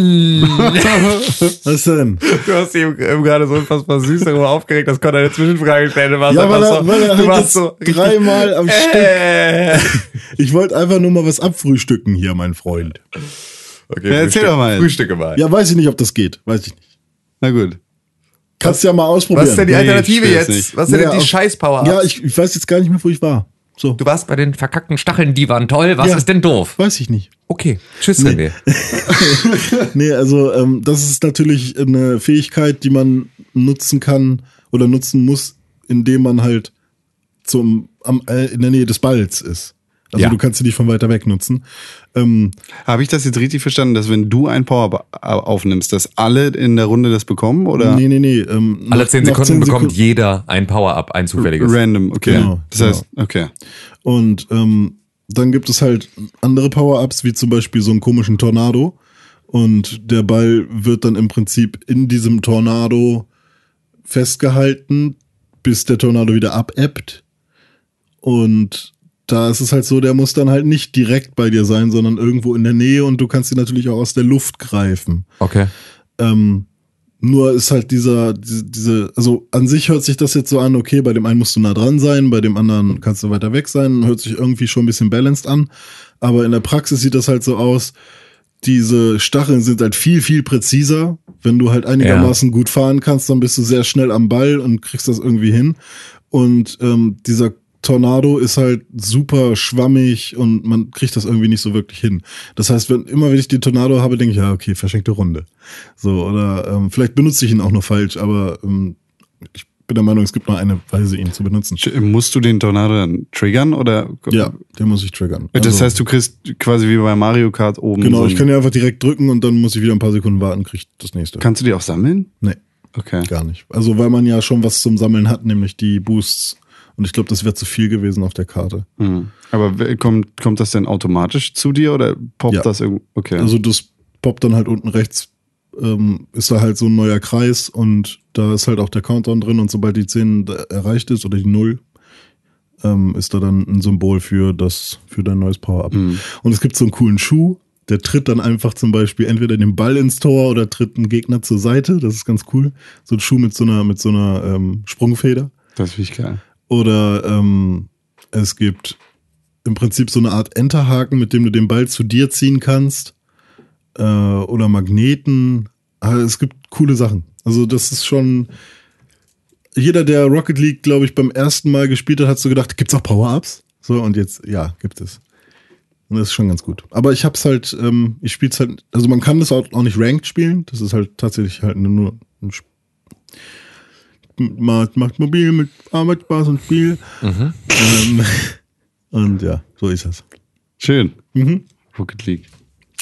D: Was denn?
C: hast dich eben eben gerade so unfassbar süß darüber aufgeregt, dass Connor eine Zwischenfrage stellte. Warst
D: Ja,
C: einfach
D: weil
C: so,
D: er, weil er
C: du
D: halt
C: warst
D: jetzt
C: so richtig,
D: dreimal am Stück.
C: äh.
D: Ich wollte einfach nur mal was abfrühstücken hier, mein Freund.
B: Äh,
C: Okay,
B: Ja, erzähl doch mal.
C: Frühstücke mal.
D: Ja, weiß ich nicht, ob das geht. Weiß ich nicht.
B: Na gut.
D: Kannst ja mal ausprobieren.
C: Was ist denn die
B: Nee, ich
C: Alternative
B: will es
C: jetzt?
B: nicht.
C: Was sind
D: Naja,
C: denn die
D: auf-
C: Scheiß-Power-Ups?
D: Ja, ich, ich weiß jetzt gar nicht mehr, wo ich war. So.
C: du warst bei den verkackten Stacheln, die waren toll. Was
D: Ja.
C: ist denn doof?
D: Weiß ich nicht.
C: Okay, tschüss, René.
D: Nee, also ähm, das ist natürlich eine Fähigkeit, die man nutzen kann oder nutzen muss, indem man halt zum, am, äh, in der Nähe des Balls ist. Also
C: Ja.
D: du kannst sie nicht von weiter weg nutzen. Ähm,
B: Habe ich das jetzt richtig verstanden, dass wenn du ein Power aufnimmst, dass alle in der Runde das bekommen oder
D: Nee, nee, nee. Ähm,
C: Alle
D: nach-
C: zehn
D: nach
C: Sekunden bekommt
D: Sekunden-
C: jeder ein Power-Up, ein zufälliges.
B: random? Okay.
D: Genau,
B: das heißt, okay.
D: Und ähm, dann gibt es halt andere Power-Ups, wie zum Beispiel so einen komischen Tornado. Und der Ball wird dann im Prinzip in diesem Tornado festgehalten, bis der Tornado wieder abebbt. Und da ist es halt so, der muss dann halt nicht direkt bei dir sein, sondern irgendwo in der Nähe und du kannst ihn natürlich auch aus der Luft greifen.
C: Okay.
D: Ähm, nur ist halt dieser, diese, diese, also an sich hört sich das jetzt so an, okay, bei dem einen musst du nah dran sein, bei dem anderen kannst du weiter weg sein, hört sich irgendwie schon ein bisschen balanced an. Aber in der Praxis sieht das halt so aus, diese Stacheln sind halt viel, viel präziser. Wenn du halt einigermaßen gut fahren kannst, dann bist du sehr schnell am Ball und kriegst das irgendwie hin. Und ähm, dieser Tornado ist halt super schwammig und man kriegt das irgendwie nicht so wirklich hin. Das heißt, wenn immer wenn ich den Tornado habe, denke ich, ja, okay, verschenkte Runde. So, oder ähm, vielleicht benutze ich ihn auch nur falsch, aber ähm, ich bin der Meinung, es gibt nur eine Weise, ihn zu benutzen.
B: Sch- Musst du den Tornado dann triggern oder?
D: Ja, den muss ich triggern.
B: Das
D: Also,
B: heißt, du kriegst quasi wie bei Mario Kart oben.
D: genau,
B: so
D: ich
B: ein-
D: kann ja einfach direkt drücken und dann muss ich wieder ein paar Sekunden warten, kriege ich das nächste.
B: Kannst du die auch sammeln?
D: nee,
B: Okay.
D: gar nicht. Also, weil man ja schon was zum Sammeln hat, nämlich die Boosts. Und ich glaube, das wäre zu viel gewesen auf der Karte.
B: Hm. Aber w- kommt, kommt das denn automatisch zu dir oder poppt
D: Ja.
B: das irgendwo? Okay.
D: Also, das poppt dann halt unten rechts, ähm, ist da halt so ein neuer Kreis und da ist halt auch der Countdown drin und sobald die 10 da erreicht ist oder die 0, ähm, ist da dann ein Symbol für das, für dein neues Power-Up.
B: Hm.
D: Und es gibt so einen coolen Schuh, der tritt dann einfach zum Beispiel entweder den Ball ins Tor oder tritt einen Gegner zur Seite. Das ist ganz cool. So ein Schuh mit so einer, mit so einer ähm, Sprungfeder.
B: Das finde ich geil.
D: Oder ähm, es gibt im Prinzip so eine Art Enterhaken, mit dem du den Ball zu dir ziehen kannst. Äh, oder Magneten. Ah, es gibt coole Sachen. Also das ist schon... Jeder, der Rocket League, glaube ich, beim ersten Mal gespielt hat, hat so gedacht, gibt's auch Power-Ups? So, und jetzt, ja, gibt es. Und das ist schon ganz gut. Aber ich hab's halt, ähm, ich spiel's halt, also man kann das auch, auch nicht ranked spielen. Das ist halt tatsächlich halt nur ein Spiel. Macht, macht mobil mit Arbeit, Spaß und Spiel.
C: Mhm.
D: Ähm, und ja, so ist das.
B: Schön.
D: Mhm.
B: Rocket League.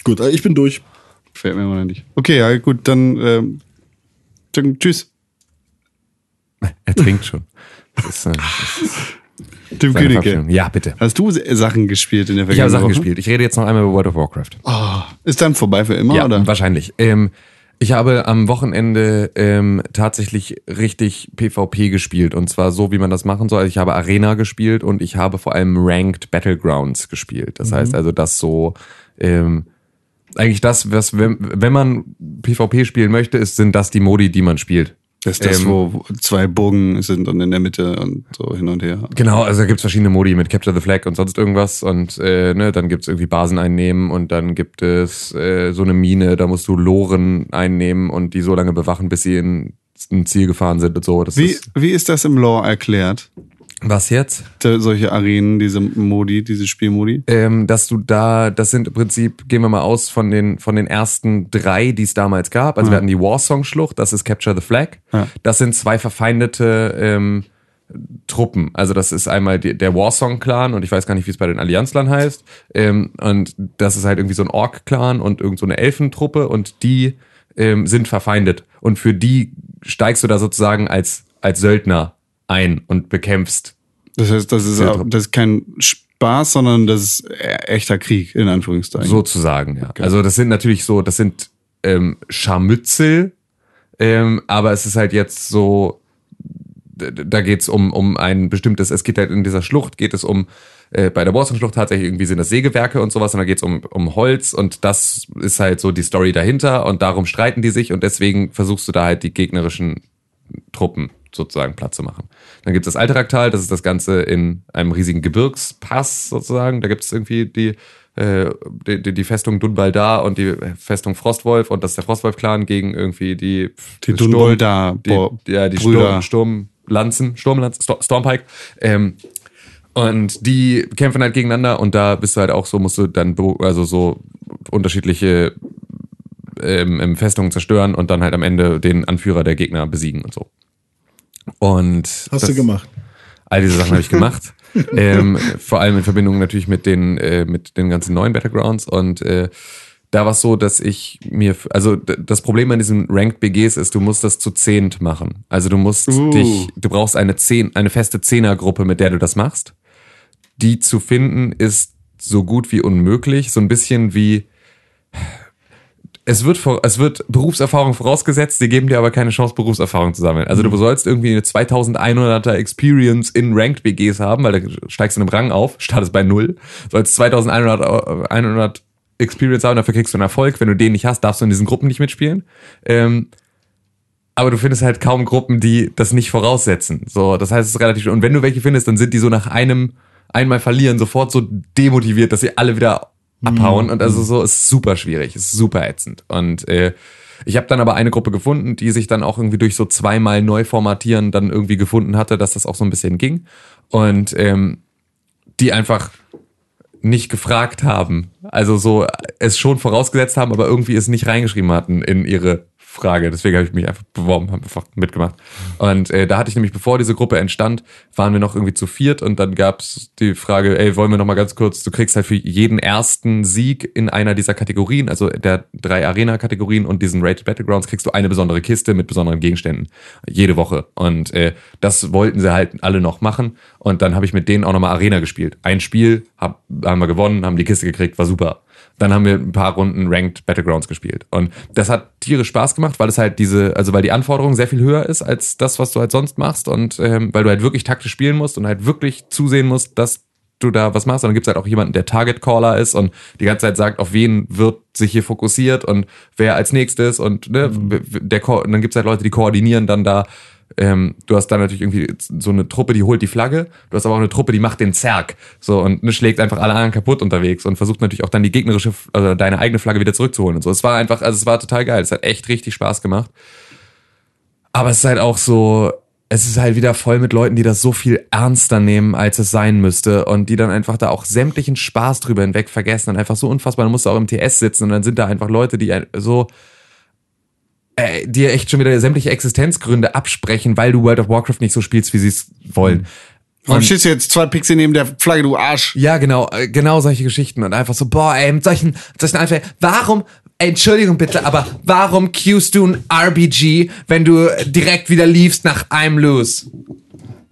D: Gut, äh, ich bin durch.
B: Fällt mir immer noch nicht. Okay, ja, gut, dann, ähm, dann tschüss.
C: Er trinkt schon. Das ist, äh, das ist
B: Tim
C: seine
B: Königke.
C: Verabschiedung. Ja, bitte.
B: Hast du S- Sachen gespielt in der
C: Ich habe
B: vergangenen
C: Sachen
B: Woche?
C: gespielt. Ich rede jetzt noch einmal über World of Warcraft.
B: Ist dann vorbei für immer,
C: ja,
B: oder?
C: wahrscheinlich. Ähm, ich habe am Wochenende ähm, tatsächlich richtig PvP gespielt und zwar so, wie man das machen soll. Also ich habe Arena gespielt und ich habe vor allem Ranked Battlegrounds gespielt.
B: Mhm.
C: Das heißt also, dass so ähm, eigentlich das, was wenn, wenn man PvP spielen möchte, ist, sind das die Modi, die man spielt.
B: Das ist das,
C: Ähm,
B: wo wo zwei Bogen sind und in der Mitte und so hin und her.
C: Genau, also da gibt's verschiedene Modi mit Capture the Flag und sonst irgendwas und äh, ne, dann gibt's irgendwie Basen einnehmen und dann gibt es äh, so eine Mine, da musst du Loren einnehmen und die so lange bewachen, bis sie in ein Ziel gefahren sind und so. Das
B: Wie,
C: ist
B: wie ist das im Lore erklärt?
C: was jetzt?
B: Da, solche Arenen, diese Modi, diese Spielmodi?
C: ähm, dass du da, das sind im Prinzip, gehen wir mal aus von den, von den ersten drei, die es damals gab. Also wir hatten die Warsong-Schlucht, das ist Capture the Flag.
B: Ja.
C: Das sind zwei verfeindete ähm, Truppen. Also das ist einmal die, der Warsong-Clan und ich weiß gar nicht, wie es bei den Allianzlern heißt. Ähm, und das ist halt irgendwie so ein Ork-Clan und irgend so eine Elfentruppe und die ähm, sind verfeindet. Und für die steigst du da sozusagen als, als Söldner ein und bekämpfst
B: Das heißt, das ist,
C: Sehr
B: auch,
C: drum.
B: das ist kein Spaß, sondern das ist e- echter Krieg, in Anführungszeichen.
C: Sozusagen, ja. Also das sind natürlich so, das sind ähm, Scharmützel, ähm, aber es ist halt jetzt so, d- d- da geht's um, um ein bestimmtes, es geht halt in dieser Schlucht, geht es um, äh, bei der Warsong-Schlucht tatsächlich irgendwie sind das Sägewerke und sowas und da geht's um, um Holz und das ist halt so die Story dahinter und darum streiten die sich und deswegen versuchst du da halt die gegnerischen Truppen sozusagen platt zu machen. Dann gibt es das Alteraktal, das ist das Ganze in einem riesigen Gebirgspass sozusagen. Da gibt es irgendwie die, äh, die, die- die Festung Dunbaldar und die Festung Frostwolf und das ist der Frostwolf-Clan gegen irgendwie die,
B: Die Dunbolda,
C: die, ja, die Sturm,
B: Brüder.
C: Sturmlanzen, Sturmlanzen, Stor- Stormpike. Ähm, und die kämpfen halt gegeneinander und da bist du halt auch so, musst du dann be- also so unterschiedliche ähm, ähm, Festungen zerstören und dann halt am Ende den Anführer der Gegner besiegen und so. Und
D: Hast
C: das-
D: du gemacht.
C: All diese Sachen habe ich gemacht. ähm, vor allem in Verbindung natürlich mit den, äh, mit den ganzen neuen Battlegrounds. Und äh, da war es so, dass ich mir, f- also d- das Problem an diesen Ranked BGs ist, du musst das zu zehnt machen. Also du musst
B: Uh.
C: dich, du brauchst eine zehn, eine feste Zehnergruppe, mit der du das machst. Die zu finden ist so gut wie unmöglich. So ein bisschen wie es wird, vor, es wird Berufserfahrung vorausgesetzt, sie geben dir aber keine Chance, Berufserfahrung zu sammeln. Also du sollst irgendwie eine 2100er Experience in Ranked BGs haben, weil da steigst du in einem Rang auf, startest bei Null, sollst 2100 Euro- 100 Experience haben, dafür kriegst du einen Erfolg. Wenn du den nicht hast, darfst du in diesen Gruppen nicht mitspielen. Ähm, aber du findest halt kaum Gruppen, die das nicht voraussetzen. So, das heißt, es ist relativ schwer. Und wenn du welche findest, dann sind die so nach einem einmal verlieren sofort so demotiviert, dass sie alle wieder abhauen. Und also so ist super schwierig, ist super ätzend. Und äh, ich habe dann aber eine Gruppe gefunden, die sich dann auch irgendwie durch so zweimal neu formatieren dann irgendwie gefunden hatte, dass das auch so ein bisschen ging. Und ähm, die einfach nicht gefragt haben. Also so äh, es schon vorausgesetzt haben, aber irgendwie es nicht reingeschrieben hatten in ihre Frage. Deswegen habe ich mich einfach beworben, habe einfach mitgemacht. Und äh, da hatte ich nämlich, bevor diese Gruppe entstand, waren wir noch irgendwie zu viert und dann gab's die Frage, ey, wollen wir noch mal ganz kurz, du kriegst halt für jeden ersten Sieg in einer dieser Kategorien, also der drei Arena-Kategorien und diesen Rated Battlegrounds, kriegst du eine besondere Kiste mit besonderen Gegenständen jede Woche. Und äh, das wollten sie halt alle noch machen. Und dann habe ich mit denen auch nochmal Arena gespielt. Ein Spiel hab, haben wir gewonnen, haben die Kiste gekriegt, war super dann haben wir ein paar Runden Ranked Battlegrounds gespielt. Und das hat tierisch Spaß gemacht, weil es halt diese, also weil die Anforderung sehr viel höher ist als das, was du halt sonst machst und ähm, weil du halt wirklich taktisch spielen musst und halt wirklich zusehen musst, dass du da was machst. Und dann gibt's halt auch jemanden, der Target Caller ist und die ganze Zeit sagt, auf wen wird sich hier fokussiert und wer als nächstes und ne, der, Ko- und dann gibt's halt Leute, die koordinieren dann da ähm, du hast dann natürlich irgendwie so eine Truppe, die holt die Flagge, du hast aber auch eine Truppe, die macht den Zerg so und ne, schlägt einfach alle anderen kaputt unterwegs und versucht natürlich auch dann die gegnerische, F- also deine eigene Flagge wieder zurückzuholen und so. Es war einfach, also es war total geil, es hat echt richtig Spaß gemacht. Aber es ist halt auch so, es ist halt wieder voll mit Leuten, die das so viel ernster nehmen, als es sein müsste und die dann einfach da auch sämtlichen Spaß drüber hinweg vergessen und einfach so unfassbar, dann musst du auch im TS sitzen und dann sind da einfach Leute, die ein- so, äh, dir echt schon wieder sämtliche Existenzgründe absprechen, weil du World of Warcraft nicht so spielst, wie sie es wollen.
B: Warum stehst du jetzt zwei Pixel neben der Flagge, du Arsch?
C: Ja, genau, äh, genau solche Geschichten und einfach so, boah, ey, mit solchen, mit solchen Anfängen, warum, Entschuldigung bitte, aber warum cuest du ein RBG, wenn du direkt wieder liefst nach I'm Loose?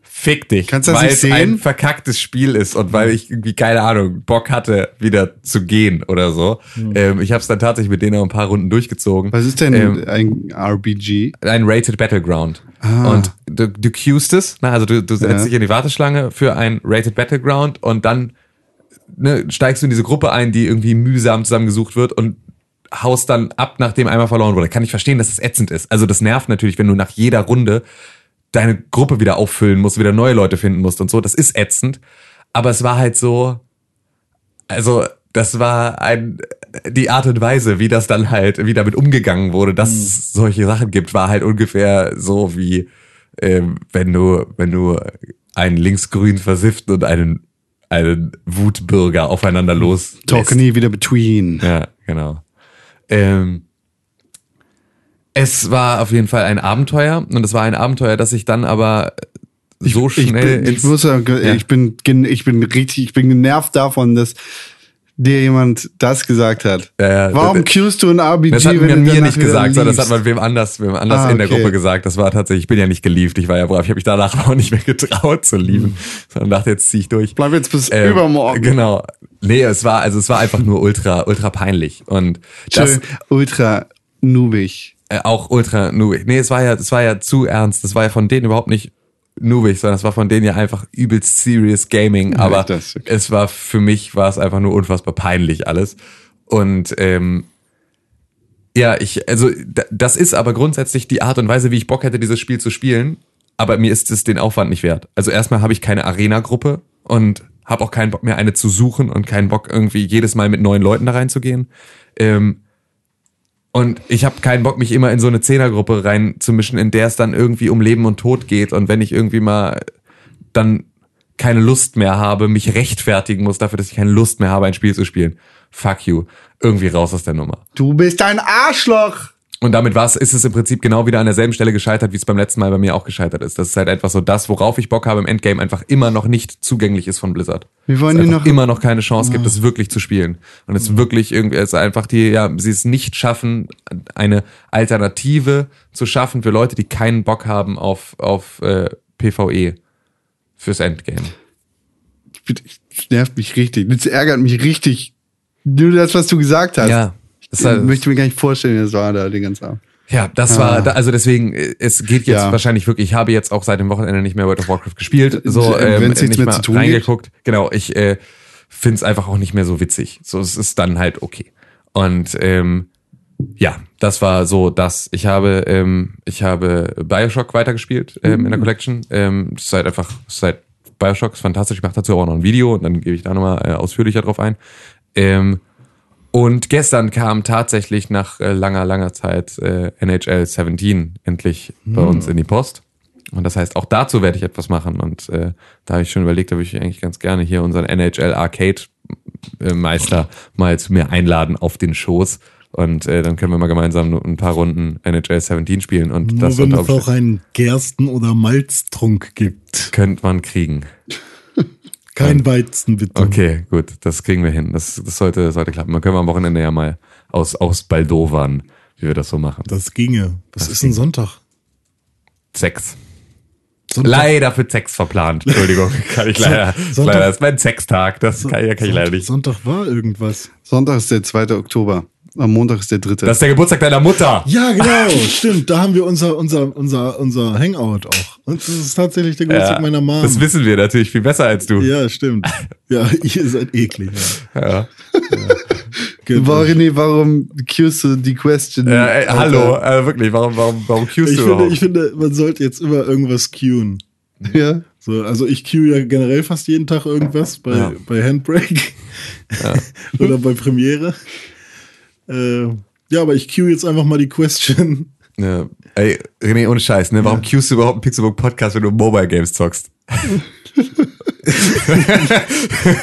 C: Fick dich,
B: Kannst du das
C: weil
B: nicht
C: es
B: sehen?
C: ein verkacktes Spiel ist und weil ich irgendwie, keine Ahnung, Bock hatte, wieder zu gehen oder so. Ähm, ich habe es dann tatsächlich mit denen auch ein paar Runden durchgezogen.
B: Hm. Was ist denn
C: Ähm,
B: ein RBG?
C: ein Rated Battleground. Und du, du queuest es, na, also du, du setzt
B: Ja.
C: dich in die Warteschlange für ein Rated Battleground und dann ne, steigst du in diese Gruppe ein, die irgendwie mühsam zusammengesucht wird und haust dann ab, nachdem einmal verloren wurde. Kann ich verstehen, dass das ätzend ist. Also das nervt natürlich, wenn du nach jeder Runde deine Gruppe wieder auffüllen musst, wieder neue Leute finden musst und so. Das ist ätzend. Aber es war halt so, also das war ein die Art und Weise, wie das dann halt, wie damit umgegangen wurde,
B: Mhm.
C: dass es solche Sachen gibt, war halt ungefähr so wie ähm, wenn du wenn du einen linksgrün versifften und einen einen Wutbürger aufeinander
B: Mhm.
C: los
B: Talk nie wieder between.
C: ja, genau. Ähm, es war auf jeden Fall ein Abenteuer und es war ein Abenteuer, das ich dann aber so
B: Ich
C: schnell
B: bin, ich,
C: ins-
B: muss sagen,
C: Ne, Ja.
B: ich, bin, gen- ich bin richtig, ich bin genervt davon, dass dir jemand das gesagt hat.
C: Ja, ja.
B: Warum cuest du ein RBG,
C: das hat
B: wenn du
C: man mir
B: danach
C: nicht
B: wieder
C: gesagt, sondern das
B: liebst?
C: hat man wem anders, wem anders
B: Ah,
C: in der
B: okay.
C: Gruppe gesagt. Das war tatsächlich, ich bin ja nicht geliebt, ich war ja brav, ich habe mich danach auch nicht mehr getraut zu lieben, sondern dachte, jetzt zieh ich durch.
B: Hm. Bleib jetzt bis
C: Ähm,
B: übermorgen.
C: Genau. Nee, es war, also es war einfach nur ultra, ultra peinlich. Und das,
B: Schön, ultra nubig.
C: äh, auch ultra nubig. Nee, es war ja, es war ja zu ernst. Das war ja von denen überhaupt nicht nubig, sondern es war von denen ja einfach übelst serious Gaming. Aber
B: echt, das ist okay.
C: es war für mich war es einfach nur unfassbar peinlich alles. Und ähm, ja, ich, also d- das ist aber grundsätzlich die Art und Weise, wie ich Bock hätte, dieses Spiel zu spielen. Aber mir ist es den Aufwand nicht wert. Also erstmal habe ich keine Arena-Gruppe und habe auch keinen Bock mehr, eine zu suchen und keinen Bock, irgendwie jedes Mal mit neuen Leuten da reinzugehen. Ähm, und ich habe keinen Bock, mich immer in so eine Zehnergruppe reinzumischen, in der es dann irgendwie um Leben und Tod geht. Und wenn ich irgendwie mal dann keine Lust mehr habe, mich rechtfertigen muss dafür, dass ich keine Lust mehr habe, ein Spiel zu spielen. Fuck you. Irgendwie raus aus der Nummer.
B: Du bist ein Arschloch!
C: Und damit war's, ist es im Prinzip genau wieder an derselben Stelle gescheitert, wie es beim letzten Mal bei mir auch gescheitert ist. Das ist halt einfach so das, worauf ich Bock habe im Endgame, einfach immer noch nicht zugänglich ist von Blizzard.
B: Wir wollen
C: es
B: hier
C: einfach
B: noch- Ah. Mhm.
C: immer noch keine Chance gibt, es wirklich zu spielen. Und es wirklich irgendwie, es ist einfach die, ja, sie es nicht schaffen, eine Alternative zu schaffen für Leute, die keinen Bock haben auf, auf äh, PvE fürs Endgame.
B: Das nervt mich richtig. Das ärgert mich richtig. Nur das, was du gesagt hast.
C: Das
B: Ich
C: ist halt,
B: Also möchte mir gar nicht vorstellen, wie das war da den ganzen Abend.
C: Ja, das war, da- also deswegen, äh, es geht jetzt
B: Ah. Ja.
C: wahrscheinlich wirklich, ich habe jetzt auch seit dem Wochenende nicht mehr World of Warcraft gespielt, so,
B: Äh,
C: ähm,
B: wenn's nichts
C: nicht
B: mehr
C: mal
B: zu tun gibt.
C: reingeguckt. Genau, ich äh, find's einfach auch nicht mehr so witzig. So, es ist dann halt okay. Und ähm, ja, das war so das. Ich habe, ähm, ich habe Bioshock weitergespielt ähm,
B: Mhm.
C: in der Collection. Ähm, es ist halt einfach, es ist halt Bioshock ist fantastisch. Ich mache dazu auch noch ein Video und dann gebe ich da nochmal äh, ausführlicher drauf ein. Ähm, und gestern kam tatsächlich nach äh, langer, langer Zeit äh, NHL 17 endlich bei
D: Hm.
C: uns in die Post. Und das heißt, auch dazu werde ich etwas machen. Und äh, da habe ich schon überlegt, da würde ich eigentlich ganz gerne hier unseren NHL Arcade äh, Meister mal zu mir einladen auf den Schoß Und äh, dann können wir mal gemeinsam ein paar Runden NHL 17 spielen. Und
D: Nur
C: das
D: wenn
C: wird
D: es auch einen Gersten- oder Malztrunk gibt.
C: könnte man kriegen.
D: Kein Weizen, bitte.
C: Okay, gut, das kriegen wir hin. Das, das sollte, das sollte klappen. Dann können wir am Wochenende ja mal aus, aus Baldowern, wie wir das so machen.
D: Das ginge. Was ist ein Sonntag?
C: Sex.
D: Sonntag.
C: Leider für Sex verplant. Entschuldigung, kann ich leider.
D: Sonntag-
C: leider ist mein Sextag. Das kann, ja, kann ich leider nicht.
D: Sonntag war irgendwas.
B: Sonntag ist der 2. Oktober. Am Montag ist der 3.
C: Das ist der Geburtstag deiner Mutter.
D: Ja, genau, stimmt. Da haben wir unser, unser, unser, unser Hangout auch. Und das ist tatsächlich der Geburtstag
C: Ja,
D: meiner Mom.
C: Das wissen wir natürlich viel besser als du.
D: Ja, stimmt. Ja, ihr seid eklig.
C: Ja.
D: Ja.
B: War, René, warum cues du die Question?
C: Äh, ey,
B: Alter?
C: hallo, äh, wirklich, warum, warum, warum cuest
D: Ich
C: du
D: finde,
C: überhaupt?
D: ich finde, man sollte jetzt immer irgendwas queuen.
B: Ja.
D: So, also ich queue ja generell fast jeden Tag irgendwas bei,
C: Ja.
D: bei Handbrake oder bei Premiere. Äh, ja, aber ich queue jetzt einfach mal die Question.
C: ja. Ey, René, ohne Scheiß, ne? Warum cuest du überhaupt einen Pixelbook Podcast, wenn du Mobile Games zockst?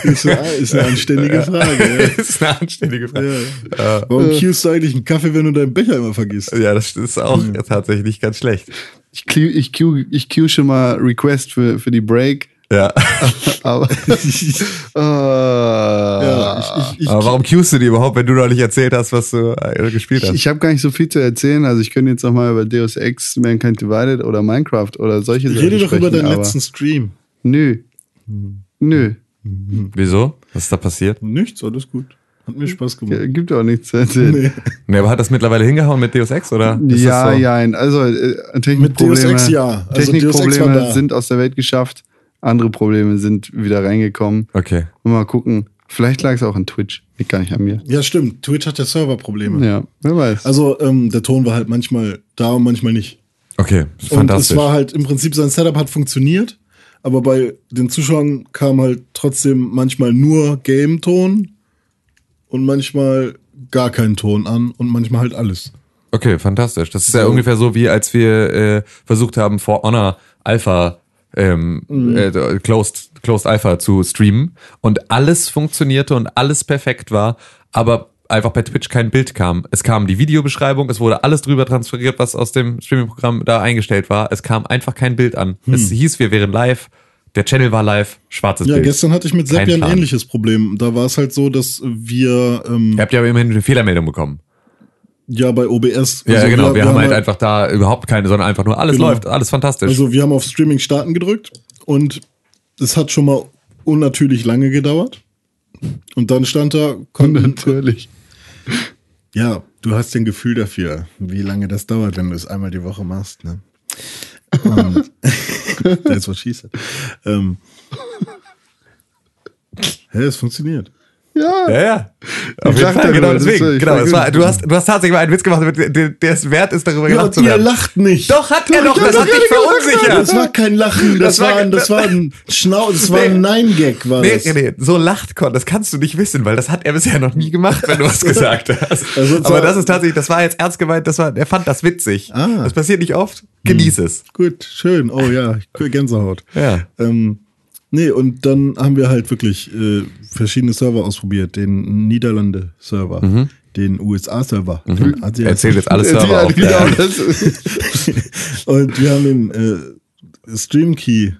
D: Ist eine, ist eine anständige Frage.
C: das ist eine anständige
D: Ja.
C: Frage.
D: Ja. Warum queuest du eigentlich einen Kaffee, wenn du deinen Becher immer vergisst?
C: Äh, Ja, das ist auch tatsächlich nicht ganz schlecht.
B: Ich queue ich queue, ich queue schon mal Request für, für die Break.
C: Ja.
B: Aber. äh,
D: Ja, ich, ich, ich,
C: Aber warum cuest du die überhaupt, wenn du noch nicht erzählt hast, was du äh, gespielt
B: Ich,
C: hast?
B: ich habe gar nicht so viel zu erzählen. Also ich könnte jetzt noch mal über Deus Ex, Mankind Divided oder Minecraft oder solche Sachen
D: rede doch
B: sprechen.
D: über deinen
B: aber
D: letzten Hm. Stream.
B: Nö. Nö.
C: Wieso? Was ist da passiert?
D: Nichts, alles gut. Hat mir Spaß
B: G-
D: gemacht.
B: Gibt auch nichts zu erzählen.
C: Ne, aber hat das mittlerweile hingehauen mit Deus Ex, oder? Ist das
B: Ja,
C: so?
B: ja. Also äh, Technikprobleme,
D: Deus Ex ja. Also Deus Ex war
B: Technikprobleme
D: da.
B: sind aus der Welt geschafft. Andere Probleme sind wieder reingekommen.
C: Okay.
B: Mal gucken. Vielleicht lag es auch an Twitch. Liegt gar nicht an mir.
D: Ja, stimmt. Twitch hat ja Serverprobleme.
B: Ja, wer weiß.
D: Also ähm, der Ton war halt manchmal da und manchmal nicht.
C: Okay,
D: Und
C: fantastisch.
D: es war halt im Prinzip sein Setup hat funktioniert, aber bei den Zuschauern kam halt trotzdem manchmal nur Game-Ton und manchmal gar keinen Ton an und manchmal halt alles.
C: Okay, fantastisch. Das ist ja ungefähr so, wie als wir äh, versucht haben, For Honor Alpha ähm,
D: Mhm.
C: äh, closed, closed Alpha zu streamen und alles funktionierte und alles perfekt war, aber einfach bei Twitch kein Bild kam. Es kam die Videobeschreibung, es wurde alles drüber transferiert, was aus dem Streaming-Programm da eingestellt war. Es kam einfach kein Bild an. Es hieß, wir wären live, der Channel war live, schwarzes
D: Hm. Ja,
C: Bild.
D: gestern hatte ich mit
C: Kein
D: Sepp ja ein
C: Plan.
D: ähnliches Problem. Da war es halt so, dass wir ähm,
C: Ihr habt ja aber immerhin eine Fehlermeldung bekommen.
D: ja bei OBS.
C: Ja,
D: also
C: genau. Wir, haben halt einfach da überhaupt keine, sondern einfach nur alles
D: Genau.
C: läuft, alles fantastisch.
D: Also wir haben auf Streaming starten gedrückt und es hat schon mal unnatürlich lange gedauert. Und dann stand da, konnten,
B: natürlich.
D: ja, du hast ein Gefühl dafür, wie lange das dauert, wenn du es einmal die Woche machst. Ne? Und that's what she said. Ähm, hä, es funktioniert.
B: Ja.
C: Ja, ja. Auf jeden
B: lach
C: Fall,
B: darüber,
C: genau
B: das
C: deswegen.
B: ist- ich
C: genau,
B: lach
C: es war,
B: darüber.
C: du, hast, du hast tatsächlich mal einen Witz gemacht, mit, der, der es wert ist, darüber gelacht zu werden.
D: lacht nicht.
C: Doch, hat er doch, das hat dich
D: Das
C: verunsichert.
D: war kein Lachen, das,
C: Das war-
D: war, ein, das war ein Schnau, das war ein Nein-Gag, war
C: Nee,
D: das.
C: nee, nee, so lacht Con, das kannst du nicht wissen, weil das hat er bisher noch nie gemacht, wenn du was gesagt hast.
D: Also, zwar-
C: Aber das ist tatsächlich, das war jetzt ernst gemeint, das war, er fand das witzig.
D: Ah.
C: Das passiert nicht oft, genieß es.
D: Gut, schön. Oh ja, ich krieg Gänsehaut.
C: Ja.
D: Ähm, nee, und dann haben wir halt wirklich äh, verschiedene Server ausprobiert. Den Niederlande-Server, den USA-Server, den Asia-
C: Mhm. Erzähl jetzt alles Server
B: Ja,
C: auf. Ja.
B: genau, das ist-
D: Und wir haben den äh, Stream Key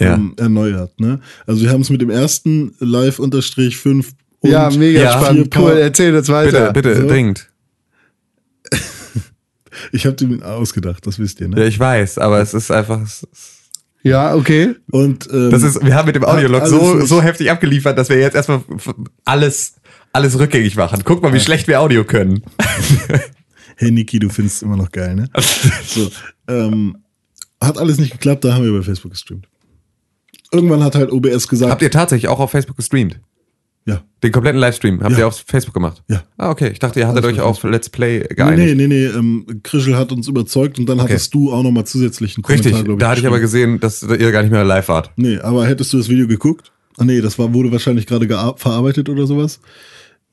C: Ja.
D: ähm, erneuert. Ne? Also wir haben es mit dem ersten Live-5 und
B: ja, mega
C: Ja.
B: spannend.
D: Vier
B: Cool,
D: Paar-
B: erzähl das
C: Bitte,
B: weiter.
C: bitte,
D: So.
C: dringend.
D: ich habe den ausgedacht, das wisst ihr. Ne?
C: Ja, ich weiß, aber es ist einfach, es ist-
B: Ja, okay.
D: Und ähm,
C: Das ist, wir haben mit dem Audiolog
D: alles
C: so,
D: nicht.
C: so heftig abgeliefert, dass wir jetzt erstmal f- alles, alles rückgängig machen. Guck mal, wie schlecht wir Audio können.
D: Hey Niki, du findest es immer noch geil, ne? so, ähm, hat alles nicht geklappt, da haben wir bei Facebook gestreamt. Irgendwann hat halt OBS gesagt,
C: Habt ihr tatsächlich auch auf Facebook gestreamt?
D: ja,
C: Den kompletten Livestream habt
D: Ja.
C: ihr auf Facebook gemacht?
D: Ja.
C: Ah, okay. Ich dachte, ihr hattet euch auf Let's Play
D: nee,
C: geeinigt.
D: nee, nee, ähm, Krischel hat uns überzeugt und dann hattest du auch nochmal zusätzlichen Kommentar,
C: Richtig.
D: glaub
C: Da hatte ich aber gesehen, dass ihr gar nicht mehr live wart.
D: Nee, aber hättest du das Video geguckt? Ah nee, das war, wurde wahrscheinlich gerade gear- verarbeitet oder sowas.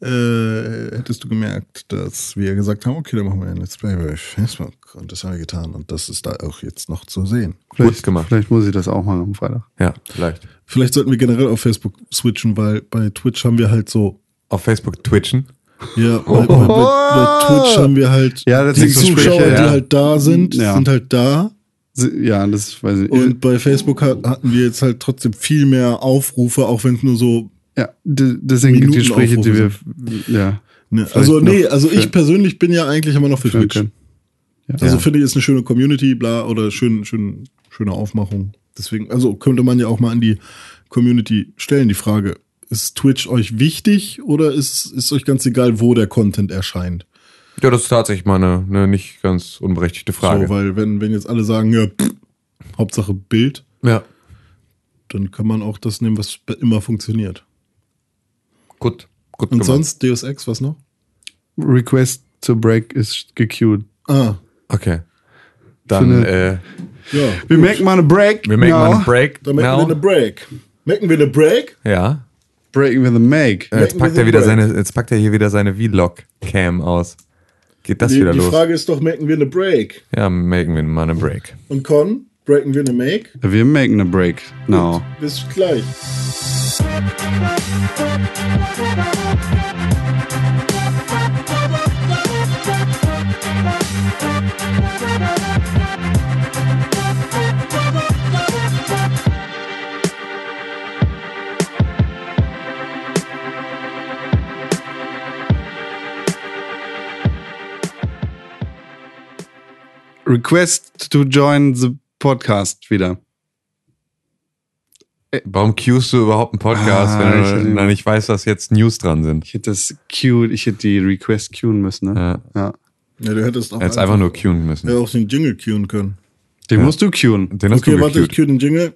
D: Äh, hättest du gemerkt, dass wir gesagt haben, okay, dann machen wir ein Let's Play bei Facebook. Und das haben wir getan. Und das ist da auch jetzt noch zu sehen.
C: Gut gemacht.
B: Vielleicht muss ich das auch machen am Freitag.
C: Ja, vielleicht.
D: Vielleicht sollten wir generell auf Facebook switchen, weil bei Twitch haben wir halt so
C: Auf Facebook twitchen.
D: Ja, bei, bei, bei, bei Twitch haben wir halt
B: Oh. Ja, das
D: die
B: sind so
D: Zuschauer,
B: Sprüche,
D: die
B: ja.
D: halt da sind,
B: Ja.
D: sind halt da.
B: Ja, das weiß ich.
D: Und bei Facebook hat- hatten wir jetzt halt trotzdem viel mehr Aufrufe, auch wenn es nur so.
B: ja, d- das sind die Gespräche, die wir. Ja.
D: Ne,
B: Vielleicht
D: also, nee,
B: noch
D: also ich
B: für-
D: persönlich bin ja eigentlich immer noch für
B: führen
D: Twitch.
B: können.
D: Also finde ich, ist eine schöne Community, bla, oder schön, schön, schöne Aufmachung. Deswegen, also könnte man ja auch mal an die Community stellen, die Frage, ist Twitch euch wichtig oder ist, ist euch ganz egal, wo der Content erscheint?
C: Ja, das ist tatsächlich mal eine, eine nicht ganz unberechtigte Frage.
D: So, weil wenn, wenn jetzt alle sagen, ja, pff, Hauptsache Bild,
C: ja,
D: dann kann man auch das nehmen, was immer funktioniert.
C: gut. gut
D: Und
C: gemacht.
D: sonst Deus Ex, was noch?
B: Request to Break ist gequeued.
D: Ah,
C: Okay. Dann,
B: Finde-
C: äh,
D: ja.
B: Wir merken mal eine Break.
C: wir machen
B: now.
C: mal einen Break.
D: Dann merken wir
C: now.
D: eine Break. Merken wir eine Break?
C: Ja.
B: Breaking with a Make.
C: Ja, Jetzt packt,
D: Merken wir
C: er
D: den
C: wieder
D: Break.
C: seine, jetzt packt er hier wieder seine Vlog-Cam aus. Geht das
D: Die,
C: wieder
D: die
C: los?
D: Frage ist doch, merken wir eine Break?
C: Ja, machen wir mal einen Break.
D: Und Con, breaken wir eine Make?
B: Wir machen eine Break. Now.
D: Bis gleich.
B: Request to join the podcast wieder.
D: Äh,
C: Warum cuest du überhaupt einen Podcast,
B: Ah, ich
C: wenn
B: hätte-
C: du dann nicht weißt, dass jetzt News dran sind?
B: Ich hätte das queued, ich hätte die Request queuen müssen, ne?
C: Ja.
B: Ja.
D: Ja, du hättest auch,
C: Jetzt einfach nur queuen müssen.
D: ja, auch den Jingle queuen können.
B: Den musst du queuen.
C: Den hast
D: Okay,
C: du
D: warte, ich
C: gequeued.
D: cue den Jingle.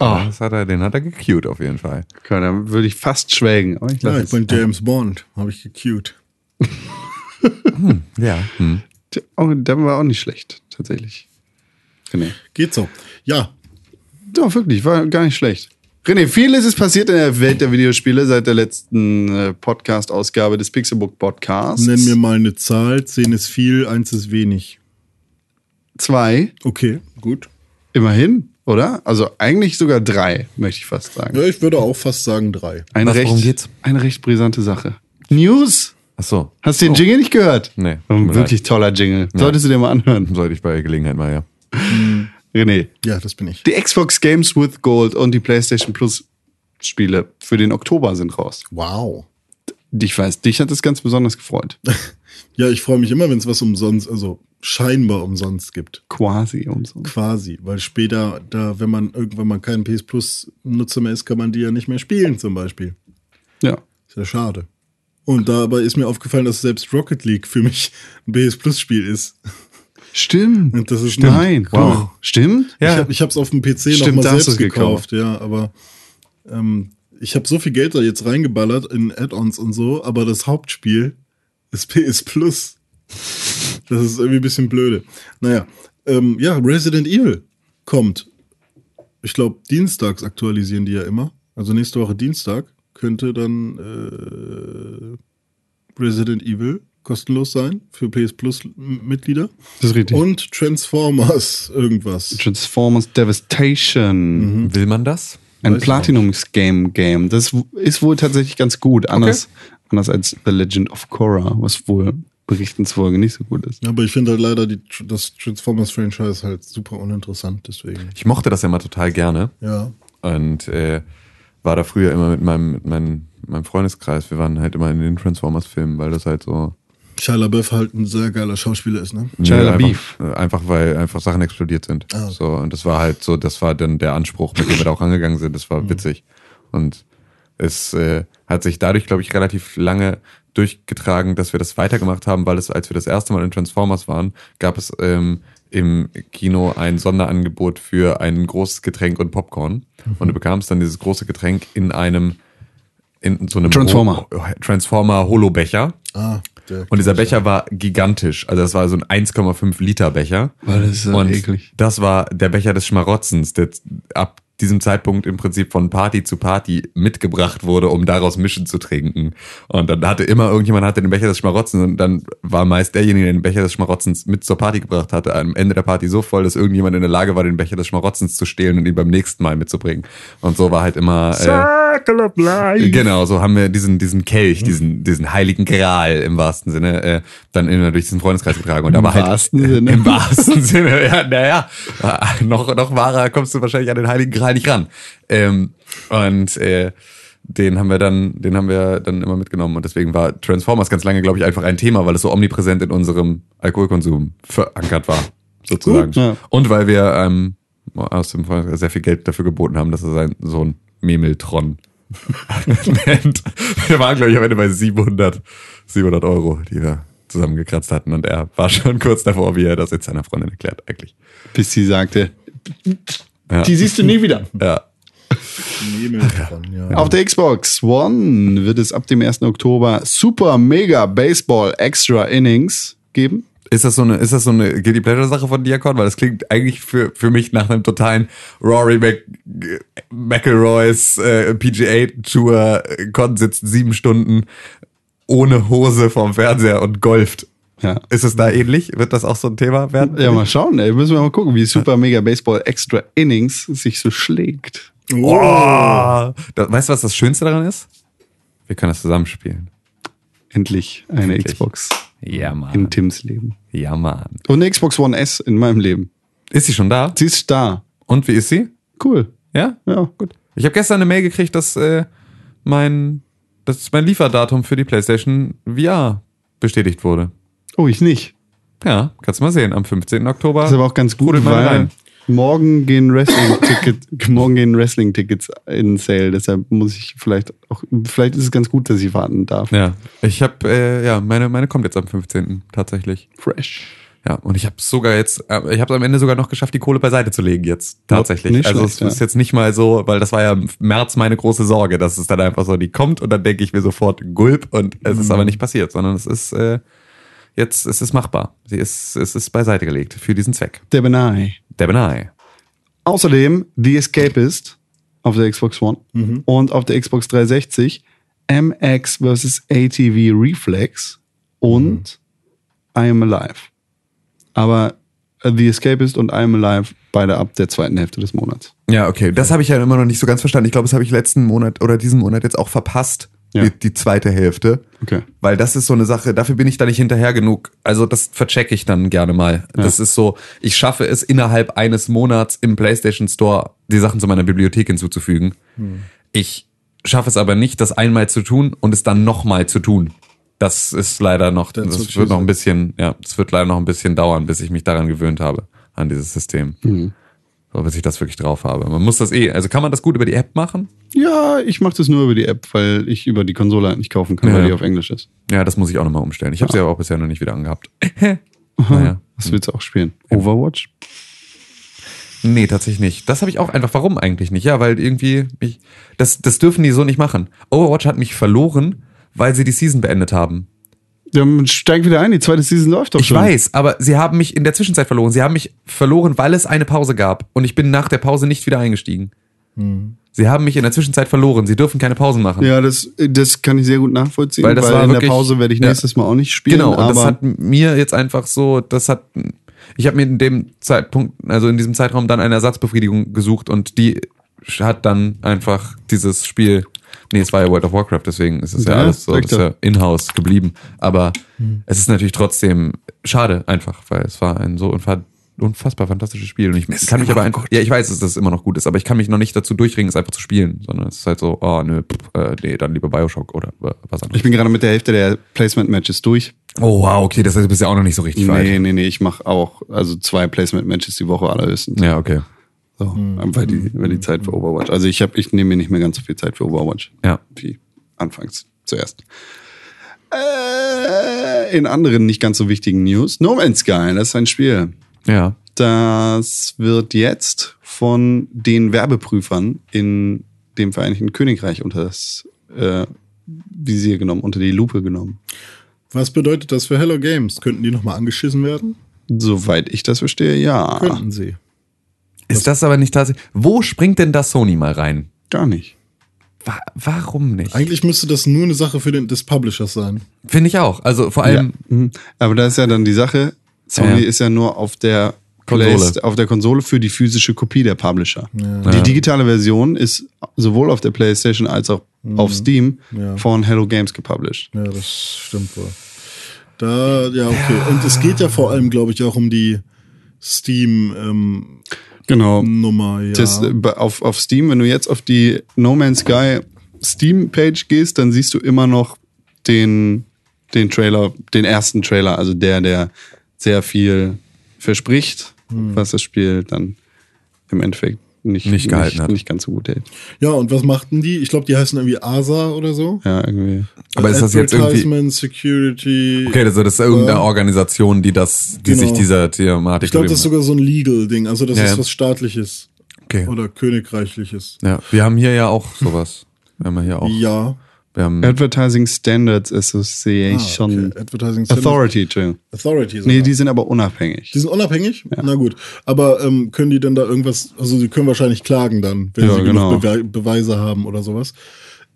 C: Ah, Das hat er, den hat er gequeued auf jeden Fall.
B: Okay, dann würde ich fast schwelgen. Aber ich
D: Ja,
B: lasse
D: ich bin James Bond, habe ich gecued.
C: Ja. Hm.
B: es. Oh, der war auch nicht schlecht, tatsächlich. René.
D: Geht so. Ja,
B: Doch, wirklich, war gar nicht schlecht. René, vieles ist passiert in der Welt der Videospiele seit der letzten äh, Podcast-Ausgabe des Pixelbook Podcasts.
D: nenn mir mal eine Zahl. Zehn ist viel, eins ist wenig.
B: zwei,
D: Okay, gut.
B: immerhin, oder? Also eigentlich sogar drei, möchte ich fast sagen.
D: Ja, ich würde auch fast sagen drei.
B: Ein
C: Was,
B: recht,
C: worum geht's?
B: Eine recht brisante Sache. News!
C: Ach so.
B: Hast du den Jingle nicht gehört?
C: Oh. Nee,
B: Oh,
C: tut mir
B: wirklich toller Jingle. Solltest du dir mal anhören,
C: Sollte ich bei Gelegenheit mal, ja.
B: René.
D: Ja, das bin ich.
B: Die Xbox Games with Gold und die PlayStation Plus Spiele für den Oktober sind raus.
D: Wow.
B: Ich weiß, dich hat es ganz besonders gefreut.
D: Ja, ich freue mich immer, wenn es was umsonst, also scheinbar umsonst gibt.
B: Quasi und so.
D: Quasi. Weil später, da, wenn man irgendwann mal keinen PS Plus-Nutzer mehr ist, kann man die ja nicht mehr spielen, zum Beispiel.
B: Ja.
D: Ist ja schade. Und dabei ist mir aufgefallen, dass selbst Rocket League für mich ein PS Plus-Spiel ist.
B: Stimmt.
D: Und das ist
B: Nein.
D: nicht cool.
B: Wow. Stimmt?
D: Ich habe ich hab's auf dem PC
B: Stimmt,
D: nochmal
B: da hast
D: selbst
B: du's gekauft.
D: gekauft, ja, aber ähm, ich habe so viel Geld da jetzt reingeballert in Add-ons und so, aber das Hauptspiel ist PS Plus. Das ist irgendwie ein bisschen blöde. Naja, ähm, ja, Resident Evil kommt. Ich glaube, dienstags aktualisieren die ja immer. Also nächste Woche Dienstag könnte dann äh, Resident Evil kostenlos sein für PS Plus-Mitglieder.
B: Das ist richtig.
D: Und Transformers irgendwas.
B: Transformers Devastation.
C: Will man das?
B: Ein
D: Weiß ich
B: Platinum-Game Game. Das w- ist wohl tatsächlich ganz gut. Anders, anders als The Legend of Korra, was wohl berichtensfolge nicht so gut ist.
D: Ja, aber ich finde halt leider die, das Transformers-Franchise halt super uninteressant, deswegen.
C: Ich mochte das ja mal total gerne.
D: Ja.
C: Und äh, war da früher immer mit meinem, mit meinem, meinem Freundeskreis. Wir waren halt immer in den Transformers-Filmen, weil das halt so.
D: Shia LaBeouf halt ein sehr geiler Schauspieler ist, ne?
B: Shia
C: Nee,
B: LaBeouf.
C: Einfach, äh, einfach weil einfach Sachen explodiert sind.
D: Ah.
C: So, und das war halt so, das war dann der Anspruch, mit dem wir da auch rangegangen sind. Das war witzig. Und es äh, hat sich dadurch, glaube ich, relativ lange durchgetragen, dass wir das weitergemacht haben, weil es, als wir das erste Mal in Transformers waren, gab es ähm, im Kino ein Sonderangebot für ein großes Getränk und Popcorn. Und du bekamst dann dieses große Getränk in einem in so einem
B: Transformer.
C: Ho Transformer Holobecher.
D: Ah, der
C: Und dieser Becher war gigantisch. Also das war so ein 1,5 Liter Becher.
B: Boah, das ist ja
C: und
B: eklig.
C: das war der Becher des Schmarotzens, der ab diesem Zeitpunkt im Prinzip von Party zu Party mitgebracht wurde, um daraus Mischen zu trinken. Und dann hatte immer irgendjemand hatte den Becher des Schmarotzens und dann war meist derjenige, der den Becher des Schmarotzens mit zur Party gebracht hatte, am Ende der Party so voll, dass irgendjemand in der Lage war, den Becher des Schmarotzens zu stehlen und ihn beim nächsten Mal mitzubringen. Und so war halt immer. Äh,
B: Circle of Life. Hm.
C: Genau, so haben wir diesen, diesen Kelch, diesen, diesen heiligen Gral im wahrsten Sinne, äh, dann immer durch diesen Freundeskreis getragen. Und da war halt,
B: wahrsten Sinne.
C: Im wahrsten Sinne, ja, naja, äh, noch, noch wahrer kommst du wahrscheinlich an den heiligen Gral nicht ran. Ähm, und äh, den haben wir dann, den haben wir dann immer mitgenommen. Und deswegen war Transformers ganz lange, glaube ich, einfach ein Thema, weil es so omnipräsent in unserem Alkoholkonsum verankert war, sozusagen.
B: Gut, ja.
C: Und weil wir ähm, aus dem Freundeskreis sehr viel Geld dafür geboten haben, dass er seinen Sohn Memeltron nennt. Wir waren, glaube ich, am Ende bei 700, 700 Euro, die wir zusammengekratzt hatten. Und er war schon kurz davor, wie er das jetzt seiner Freundin erklärt, eigentlich.
B: Bis sie sagte,
C: Ja.
B: die siehst du nie wieder.
C: Ja.
D: Nebel dran, ja.
B: Auf der Xbox One wird es ab dem 1. Oktober Super Mega Baseball Extra Innings geben.
C: Ist das so eine, ist das so eine Guilty Pleasure Sache von Diakon? Weil das klingt eigentlich für, für mich nach einem totalen Rory Mc, McElroys äh, PGA Tour Con sitzt sieben Stunden ohne Hose vorm Fernseher und golft.
B: Ja.
C: Ist es da ähnlich? Wird das auch so ein Thema werden?
B: Ja, mal schauen, ey. Müssen wir mal gucken, wie Super Mega Baseball Extra Innings sich so schlägt.
C: Oh. Da, weißt du, was das Schönste daran ist? Wir können das zusammenspielen.
B: Endlich eine
C: Endlich.
B: Xbox
C: Ja,
B: in Tims Leben.
C: Ja, Mann.
B: Und eine Xbox One S in meinem Leben.
C: Ist sie schon da?
B: Sie ist da.
C: Und wie ist sie?
B: Cool.
C: Ja?
B: Ja, gut.
C: Ich habe gestern eine Mail gekriegt, dass äh, mein, dass mein Lieferdatum für die PlayStation VR bestätigt wurde.
B: Oh, ich nicht.
C: Ja, kannst du mal sehen. Am 15. Oktober.
B: Das ist aber auch ganz gut,
C: Rudel mal
B: weil
C: rein.
B: morgen gehen Wrestling-Tickets morgen gehen Wrestling-Tickets in Sale. Deshalb muss ich vielleicht auch, vielleicht ist es ganz gut, dass ich warten darf.
C: ja, ich habe, äh, ja, meine, meine kommt jetzt am 15. tatsächlich.
B: Fresh.
C: Ja, und ich habe sogar jetzt, äh, ich habe am Ende sogar noch geschafft, die Kohle beiseite zu legen jetzt. Tatsächlich.
B: Nicht
C: also
B: schlecht,
C: es ist jetzt nicht mal so, weil das war ja im März meine große Sorge, dass es dann einfach so, die kommt und dann denke ich mir sofort Gulp und es ist aber nicht passiert, sondern es ist äh, jetzt, es ist machbar. Sie ist, es ist beiseite gelegt für diesen Zweck.
B: Der Benai.
C: Debonai.
B: Außerdem The Escapist auf der Xbox One
C: Mhm.
B: und auf der Xbox 360 MX vs. ATV Reflex und
C: Mhm.
B: I Am Alive. Aber äh, The Escapist und I Am Alive beide ab der zweiten Hälfte des Monats.
C: Ja, okay. Das habe ich ja immer noch nicht so ganz verstanden. Ich glaube, das habe ich letzten Monat oder diesen Monat jetzt auch verpasst.
B: Ja.
C: Die, die zweite Hälfte.
B: Okay.
C: Weil das ist so eine Sache, dafür bin ich da nicht hinterher genug. Also das verchecke ich dann gerne mal. Das ist so, ich schaffe es innerhalb eines Monats im PlayStation Store, die Sachen zu meiner Bibliothek hinzuzufügen. Ich schaffe es aber nicht, das einmal zu tun und es dann nochmal zu tun. Das ist leider noch,
D: That's what
C: das
D: she
C: wird noch ein
D: said.
C: bisschen, ja, das wird leider noch ein bisschen dauern, bis ich mich daran gewöhnt habe, an dieses System. So, bis ich das wirklich drauf habe. Man muss das eh, also kann man das gut über die App machen?
B: Ja, ich mache das nur über die App, weil ich über die Konsole halt nicht kaufen kann,
C: Ja,
B: weil
C: ja.
B: die auf Englisch ist.
C: Ja, das muss ich auch nochmal umstellen. Ich habe sie aber auch bisher noch nicht wieder angehabt. naja.
B: Was willst du auch spielen? Overwatch?
C: Nee, tatsächlich nicht. Das habe ich auch einfach. Warum eigentlich nicht? Ja, weil irgendwie, ich, das, das dürfen die so nicht machen. Overwatch hat mich verloren, weil sie die Season beendet haben.
B: Dann steig wieder ein, die zweite Season läuft doch
C: Ich
B: schon.
C: weiß, aber sie haben mich in der Zwischenzeit verloren. Sie haben mich verloren, weil es eine Pause gab. Und ich bin nach der Pause nicht wieder eingestiegen. Sie haben mich in der Zwischenzeit verloren. Sie dürfen keine Pausen machen.
B: Ja, das, das kann ich sehr gut nachvollziehen, weil,
C: Weil das war
B: in der
C: wirklich-
B: Pause werde ich
C: ja.
B: nächstes Mal auch nicht spielen.
C: Genau, und
B: aber
C: das hat mir jetzt einfach so, das hat, ich habe mir in dem Zeitpunkt, also in diesem Zeitraum dann eine Ersatzbefriedigung gesucht und die hat dann einfach dieses Spiel, nee, es war ja World of Warcraft, deswegen ist es ja, Hm.
B: Ja,
C: alles so,
B: sag
C: das ist ja in-house geblieben, aber es ist natürlich trotzdem schade einfach, weil es war ein so unfassbar unfassbar fantastisches Spiel und ich kann mich aber einfach ja ich weiß dass das immer noch gut ist aber ich kann mich noch nicht dazu durchringen es einfach zu spielen sondern es ist halt so oh nö pff, äh, nee dann lieber Bioshock oder äh, was anderes
B: Ich bin gerade mit der Hälfte der Placement-Matches durch.
C: Oh, wow, okay, das heißt, du bist ja auch noch nicht so richtig
B: Nee,
C: weit.
B: nee, nee, ich mache auch also zwei Placement-Matches die Woche allerhöchstens.
C: Ja, Mhm. okay.
B: So, weil, die, weil die Zeit für Overwatch. Also ich, hab- ich nehme mir nicht mehr ganz so viel Zeit für Overwatch.
C: Ja.
B: Wie anfangs zuerst. Äh, in anderen nicht ganz so wichtigen News. No Man's Sky, das ist ein Spiel.
C: Ja.
B: Das wird jetzt von den Werbeprüfern in dem Vereinigten Königreich unter das äh, Visier genommen, unter die Lupe genommen.
D: Was bedeutet das für Hello Games? Könnten die nochmal angeschissen werden?
B: Soweit ich das verstehe, ja.
D: Könnten sie.
C: Ist das aber nicht tatsächlich. Wo springt denn da Sony mal rein?
B: Gar nicht.
C: Wa warum nicht?
D: Eigentlich müsste das nur eine Sache für den, des Publishers sein.
C: Finde ich auch. Also vor allem,
B: Mhm. Aber da ist ja dann die Sache, Sony
C: Ja.
B: ist ja nur auf der
C: Konsole.
B: Konsole. auf der Konsole für die physische Kopie der Publisher. Die digitale Version ist sowohl auf der PlayStation als auch
C: Mhm.
B: auf Steam
D: Ja.
B: von Hello Games gepublished.
D: Ja, das stimmt wohl. Da, ja, okay. Und es geht ja vor allem, glaube ich, auch um die Steam-Nummer.
B: Genau.
D: ja.
B: Das, äh, bei- auf, auf Steam, wenn du jetzt auf die No Man's Sky Steam-Page gehst, dann siehst du immer noch den, den Trailer, den ersten Trailer, also der, der sehr viel verspricht, was das Spiel dann im Endeffekt nicht,
C: Hm. Nicht gehalten
B: nicht,
C: hat.
B: nicht ganz so gut hält.
D: ja, und was machten die? Ich glaube, die heißen irgendwie ASA oder so.
B: Ja, irgendwie.
C: aber ist das jetzt irgendwie.
D: Advertisement, Security.
C: Okay, also das ist irgendeine Organisation, die das, die
D: Genau.
C: sich dieser Thematik
D: Ich glaube, das ist
C: gewidmet
D: sogar so ein Legal-Ding. Also, das
C: Ja,
D: ist
C: ja.
D: was staatliches
C: hat. okay.
D: oder königreichliches.
C: Ja, wir haben hier ja auch sowas. Wir haben hier auch.
D: Ja.
C: Wir haben,
B: Advertising Standards
D: Ah,
B: Association
D: okay. Advertising Standards-
B: Authority, Entschuldigung.
D: Authority.
B: Nee,
D: sogar.
B: die sind aber unabhängig.
D: Die sind unabhängig? Na gut. Aber ähm, können die denn da irgendwas, also sie können wahrscheinlich klagen dann, wenn
B: Ja,
D: sie
B: genau.
D: genug Bewe Beweise haben oder sowas.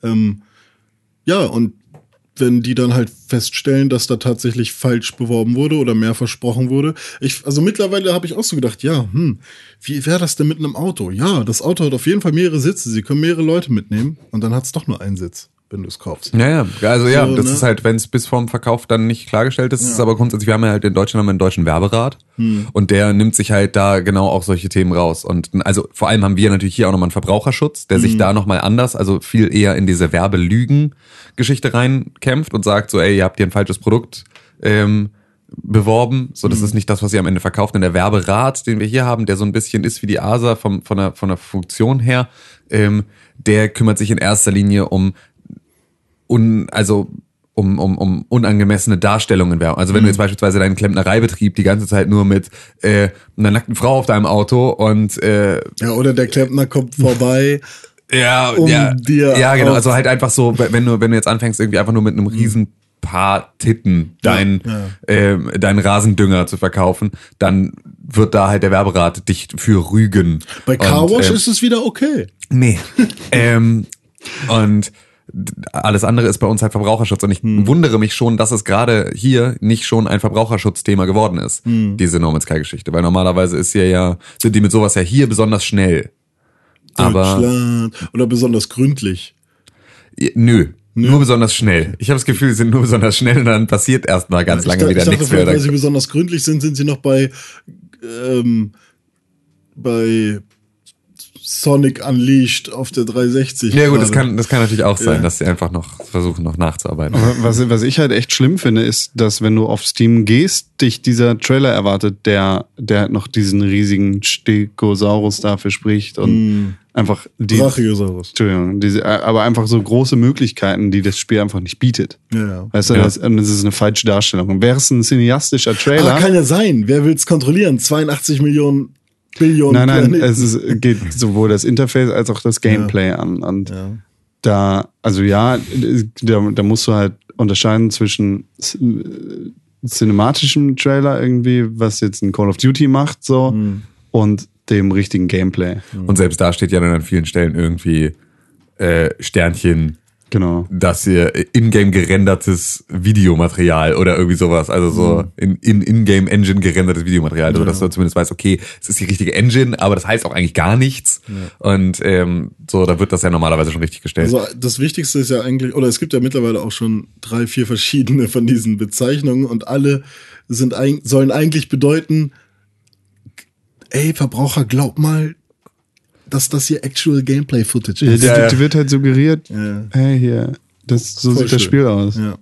D: Ähm, ja, und wenn die dann halt feststellen, dass da tatsächlich falsch beworben wurde oder mehr versprochen wurde. Ich, also mittlerweile habe ich auch so gedacht, ja, hm, wie wäre das denn mit einem Auto? Ja, das Auto hat auf jeden Fall mehrere Sitze, sie können mehrere Leute mitnehmen und dann hat es doch nur einen Sitz, wenn du es kaufst.
C: ja, ja, also ja,
D: So,
C: das
D: ne?
C: ist halt, wenn es bis vorm Verkauf dann nicht klargestellt ist, ist aber grundsätzlich, wir haben ja halt in Deutschland haben wir einen deutschen Werberat
D: Hm.
C: und der nimmt sich halt da genau auch solche Themen raus. Und also vor allem haben wir natürlich hier auch nochmal einen Verbraucherschutz, der
D: Hm.
C: sich da nochmal anders, also viel eher in diese Werbelügen-Geschichte reinkämpft und sagt so, ey, ihr habt hier ein falsches Produkt. Ähm, beworben. So,
D: Hm.
C: das ist nicht das, was ihr am Ende verkauft. Denn der Werberat, den wir hier haben, der so ein bisschen ist wie die ASA vom, von, der, von der Funktion her, ähm, der kümmert sich in erster Linie um, un, also um, um, um unangemessene Darstellungen in Werbung. Also wenn du jetzt beispielsweise deinen Klempnereibetrieb die ganze Zeit nur mit äh, einer nackten Frau auf deinem Auto und äh,
D: Ja, oder der Klempner kommt vorbei.
C: ja,
D: um
C: ja,
D: dir
C: ja, genau.
D: auf-
C: Also halt einfach so, wenn du, wenn du jetzt anfängst, irgendwie einfach nur mit einem riesen Paar Titten dein, Ähm, deinen Rasendünger zu verkaufen, dann wird da halt der Werberat dich für rügen.
D: Bei Carwash
C: ähm,
D: ist es wieder okay.
C: Nee. ähm, und d- alles andere ist bei uns halt Verbraucherschutz. Und ich
D: Hm.
C: wundere mich schon, dass es gerade hier nicht schon ein Verbraucherschutzthema geworden ist,
D: Hm.
C: diese No Man's Sky-Geschichte. Weil normalerweise ist hier ja, sind die mit sowas ja hier besonders schnell. Aber
D: Deutschland. Oder besonders gründlich.
C: Nö. Nur besonders schnell. Ich habe das Gefühl, sie sind nur besonders schnell und dann passiert erstmal ganz lange
D: ich,
C: wieder
D: ich dachte,
C: nichts mehr.
D: vielleicht, weil
C: Dann,
D: sie besonders gründlich sind, sind sie noch bei ähm, bei Sonic Unleashed auf der 360.
C: ja gut, das
D: gerade.
C: kann, das kann natürlich auch sein,
D: Ja.
C: dass sie einfach noch versuchen, noch nachzuarbeiten.
B: Aber Was, was ich halt echt schlimm finde, ist, dass wenn du auf Steam gehst, dich dieser Trailer erwartet, der, der halt noch diesen riesigen Stegosaurus da verspricht
D: Mhm.
B: und einfach die,
D: Brachiosaurus.
B: Entschuldigung, diese, aber einfach so große Möglichkeiten, die das Spiel einfach nicht bietet.
D: Ja, ja.
B: Weißt du,
C: Ja.
B: das, und das ist eine falsche Darstellung. Und Wäre es ein cineastischer Trailer?
D: Aber Ah, kann ja sein. Wer will's kontrollieren? 82 Millionen Billionen.
B: nein, nein,
D: Planeten.
B: es ist, geht sowohl das Interface als auch das Gameplay an. Und
D: ja.
B: da, also ja, da, da musst du halt unterscheiden zwischen c- cinematischem Trailer irgendwie, was jetzt ein Call of Duty macht, so, und dem richtigen Gameplay.
D: Mhm.
C: Und selbst da steht ja dann an vielen Stellen irgendwie äh, Sternchen,
B: Genau.
C: dass ihr in-game gerendertes Videomaterial oder irgendwie sowas, also so in in- in-game Engine gerendertes Videomaterial, also dass du zumindest weißt, okay, es ist die richtige Engine, aber das heißt auch eigentlich gar nichts. Und ähm, so, da wird das ja normalerweise schon richtig gestellt.
D: Also das Wichtigste ist ja eigentlich, oder es gibt ja mittlerweile auch schon drei, vier verschiedene von diesen Bezeichnungen und alle sind eig sollen eigentlich bedeuten, ey Verbraucher, glaub mal, dass das hier actual Gameplay Footage
B: Ja,
D: ist.
B: dir,
C: ja.
B: dir wird halt suggeriert,
D: Ja.
B: hey, hier, das, so
D: Voll
B: sieht das
D: schön.
B: Spiel aus.
D: Ja.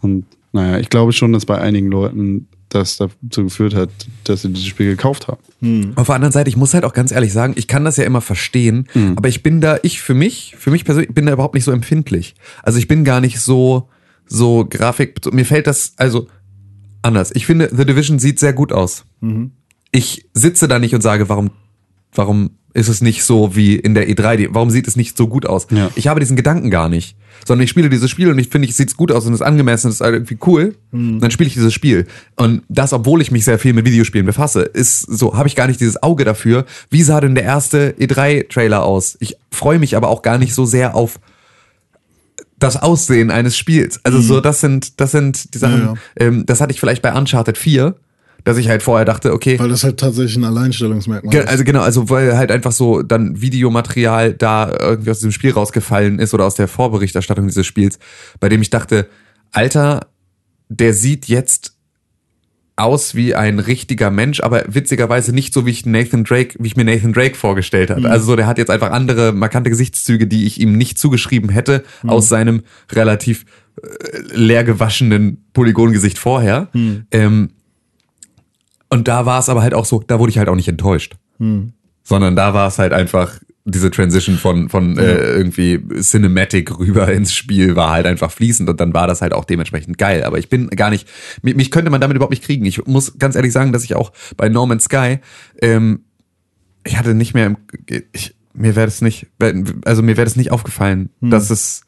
B: Und naja, ich glaube schon, dass bei einigen Leuten das dazu geführt hat, dass sie dieses Spiel gekauft haben.
C: Auf der anderen Seite, ich muss halt auch ganz ehrlich sagen, ich kann das ja immer verstehen, aber ich bin da, ich für mich, für mich persönlich bin da überhaupt nicht so empfindlich. Also ich bin gar nicht so, so Grafik, mir fällt das, also anders. Ich
D: Mhm.
C: finde, The Division sieht sehr gut aus. Ich sitze da nicht und sage, warum, warum ist es nicht so wie in der E3? Die- Warum sieht es nicht so gut aus?
B: Ja.
C: Ich habe diesen Gedanken gar nicht. Sondern ich spiele dieses Spiel und ich finde, es sieht gut aus und es ist angemessen und es ist halt irgendwie cool.
D: Mhm.
C: Und dann spiele ich dieses Spiel. Und das, obwohl ich mich sehr viel mit Videospielen befasse, ist so, habe ich gar nicht dieses Auge dafür. Wie sah denn der erste E3-Trailer aus? Ich freue mich aber auch gar nicht so sehr auf das Aussehen eines Spiels. Also so, das sind, das sind die Sachen,
D: Mhm. Ja, ja.
C: Ähm, das hatte ich vielleicht bei Uncharted 4, dass ich halt vorher dachte, okay,
D: Weil das halt tatsächlich ein Alleinstellungsmerkmal
C: Ge-
D: ist.
C: also genau, also weil halt einfach so dann Videomaterial da irgendwie aus diesem Spiel rausgefallen ist oder aus der Vorberichterstattung dieses Spiels, bei dem ich dachte, Alter, der sieht jetzt aus wie ein richtiger Mensch, aber witzigerweise nicht so wie ich Nathan Drake, wie ich mir Nathan Drake vorgestellt habe. Also so, der hat jetzt einfach andere markante Gesichtszüge, die ich ihm nicht zugeschrieben hätte aus seinem relativ äh, leer gewaschenen Polygongesicht vorher. Ähm, und da war es aber halt auch so, da wurde ich halt auch nicht enttäuscht. Sondern da war es halt einfach, diese Transition von, von äh, irgendwie Cinematic rüber ins Spiel war halt einfach fließend und dann war das halt auch dementsprechend geil. Aber ich bin gar nicht, mich, mich könnte man damit überhaupt nicht kriegen. Ich muss ganz ehrlich sagen, dass ich auch bei No Man's Sky, ähm, ich hatte nicht mehr, im, ich, mir wäre es nicht, also mir wäre es nicht aufgefallen,
D: Hm.
C: dass es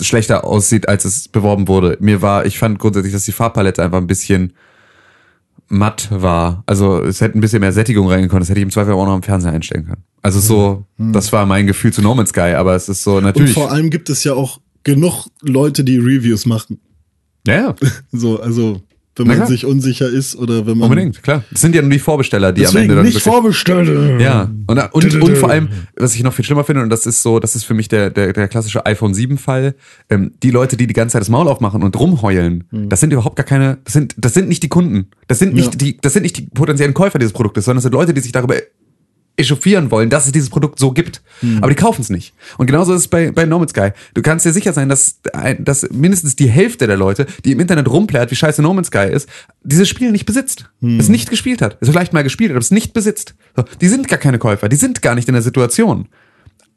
C: schlechter aussieht, als es beworben wurde. Mir war, ich fand grundsätzlich, dass die Farbpalette einfach ein bisschen matt war. Also es hätte ein bisschen mehr Sättigung reingekommen. Das hätte ich im Zweifel auch noch im Fernseher einstellen können. Also so, das war mein Gefühl zu No Man's Sky, aber es ist so
D: Hm. Und
C: natürlich.
D: vor allem gibt es ja auch genug Leute, die Reviews machen.
C: Ja, ja,
D: So, also wenn
C: Na
D: man
C: klar.
D: sich unsicher ist oder wenn man
C: unbedingt, klar. Es sind ja nur die Vorbesteller, die am
D: deswegen
C: Ende dann
D: nicht
C: wirklich-
D: vorbestellen.
C: Ja, und, und, und vor allem, was ich noch viel schlimmer finde, und das ist so, das ist für mich der, der, der klassische iPhone 7-Fall, ähm, die Leute, die die ganze Zeit das Maul aufmachen und rumheulen, das sind überhaupt gar keine, das sind, das sind nicht die Kunden, das sind nicht
D: Ja.
C: die, das sind nicht die potenziellen Käufer dieses Produktes, sondern das sind Leute, die sich darüber echauffieren wollen, dass es dieses Produkt so gibt. Aber die kaufen es nicht. Und genauso ist es bei, bei No Man's Sky. Du kannst dir sicher sein, dass, ein- dass mindestens die Hälfte der Leute, die im Internet rumplärt, wie scheiße No Man's Sky ist, dieses Spiel nicht besitzt. Es nicht gespielt hat. Es vielleicht mal gespielt hat, aber es nicht besitzt. So, die sind gar keine Käufer. Die sind gar nicht in der Situation.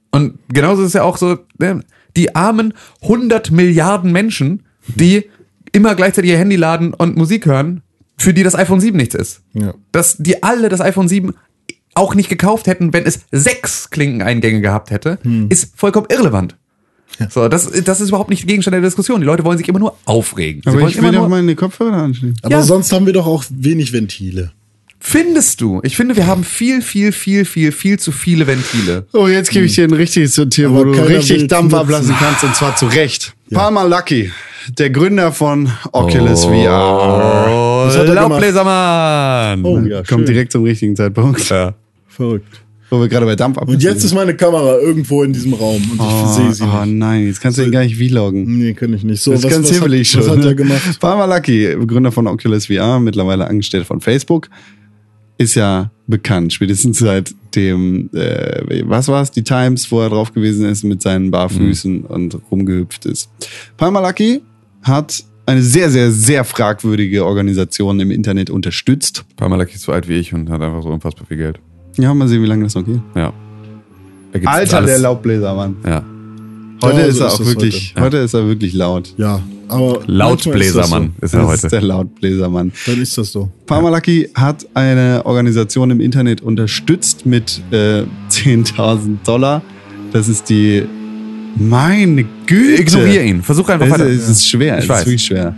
C: Und genauso ist es ja auch so, ne, die armen 100 Milliarden Menschen, die immer gleichzeitig ihr Handy laden und Musik hören, für die das iPhone 7 nichts ist.
D: Ja.
C: Dass die alle das iPhone 7 auch nicht gekauft hätten, wenn es sechs Klinkeneingänge gehabt hätte, ist vollkommen irrelevant. So, das, das ist überhaupt nicht Gegenstand der Diskussion. Die Leute wollen sich immer nur aufregen. Sie
B: Aber
C: wollen
B: ich
C: immer
B: will
C: nur,
B: doch meine Kopfhörer anschließen.
D: Aber
C: Ja.
D: sonst haben wir doch auch wenig Ventile.
C: findest du? Ich finde, wir haben viel, viel, viel, viel, viel zu viele Ventile.
B: Oh, jetzt gebe ich dir ein richtiges Tier, wo
D: Aber
B: du
D: keiner
B: richtig
D: will
B: Dampf
D: knipsen.
B: ablassen kannst und zwar zu Recht. Palmer Lucky, der Gründer von Oculus VR,
C: Oh,
D: hat er gemacht?
C: Laubbläsermann!
D: Oh ja, schön.
B: kommt direkt zum richtigen Zeitpunkt,
C: Ja.
D: Verrückt.
B: wo wir gerade bei Dampf ablassen.
D: Und jetzt ist meine Kamera irgendwo in diesem Raum und ich sehe sie
B: Oh
D: nicht.
B: nein, jetzt kannst du ihn gar nicht vloggen.
D: Ah, Nee, kann ich nicht. So,
B: Das ist ganz
D: was,
B: hibbelig schon.
D: hat, was hat
B: ne?
D: er gemacht?
B: Palmer Lucky, Gründer von Oculus VR, mittlerweile angestellt von Facebook, ist ja bekannt, spätestens seit dem, äh, was war's, die Times, wo er drauf gewesen ist mit seinen
D: Mhm.
B: Barfüßen und rumgehüpft ist. Palmer Lucky hat eine sehr, sehr, sehr fragwürdige Organisation im Internet unterstützt.
C: Palmer Lucky ist so alt wie ich und hat einfach so unfassbar viel Geld.
B: Ja, mal sehen, wie lange das noch geht.
C: Ja. Da gibt's
B: Alter,
C: alles.
B: der Laubbläser, Mann.
C: Ja.
B: Heute
D: Ja,
B: ist er
D: Genau so ist
B: auch
D: es
B: wirklich, heute. ist er wirklich laut.
D: Ja, aber manchmal ist das
C: Lautbläsermann ist, er
B: Das ist
C: heute.
B: der Lautbläsermann.
D: So. Dann ist das so.
B: Parmalaki hat eine Organisation im Internet unterstützt mit äh, 10.000 Dollar. Das ist die. Meine Güte!
C: Ignoriere ihn. Versuch einfach
B: Es,
C: weiter.
B: es ist schwer,
C: Ich
B: es
C: weiß.
B: ist wirklich schwer.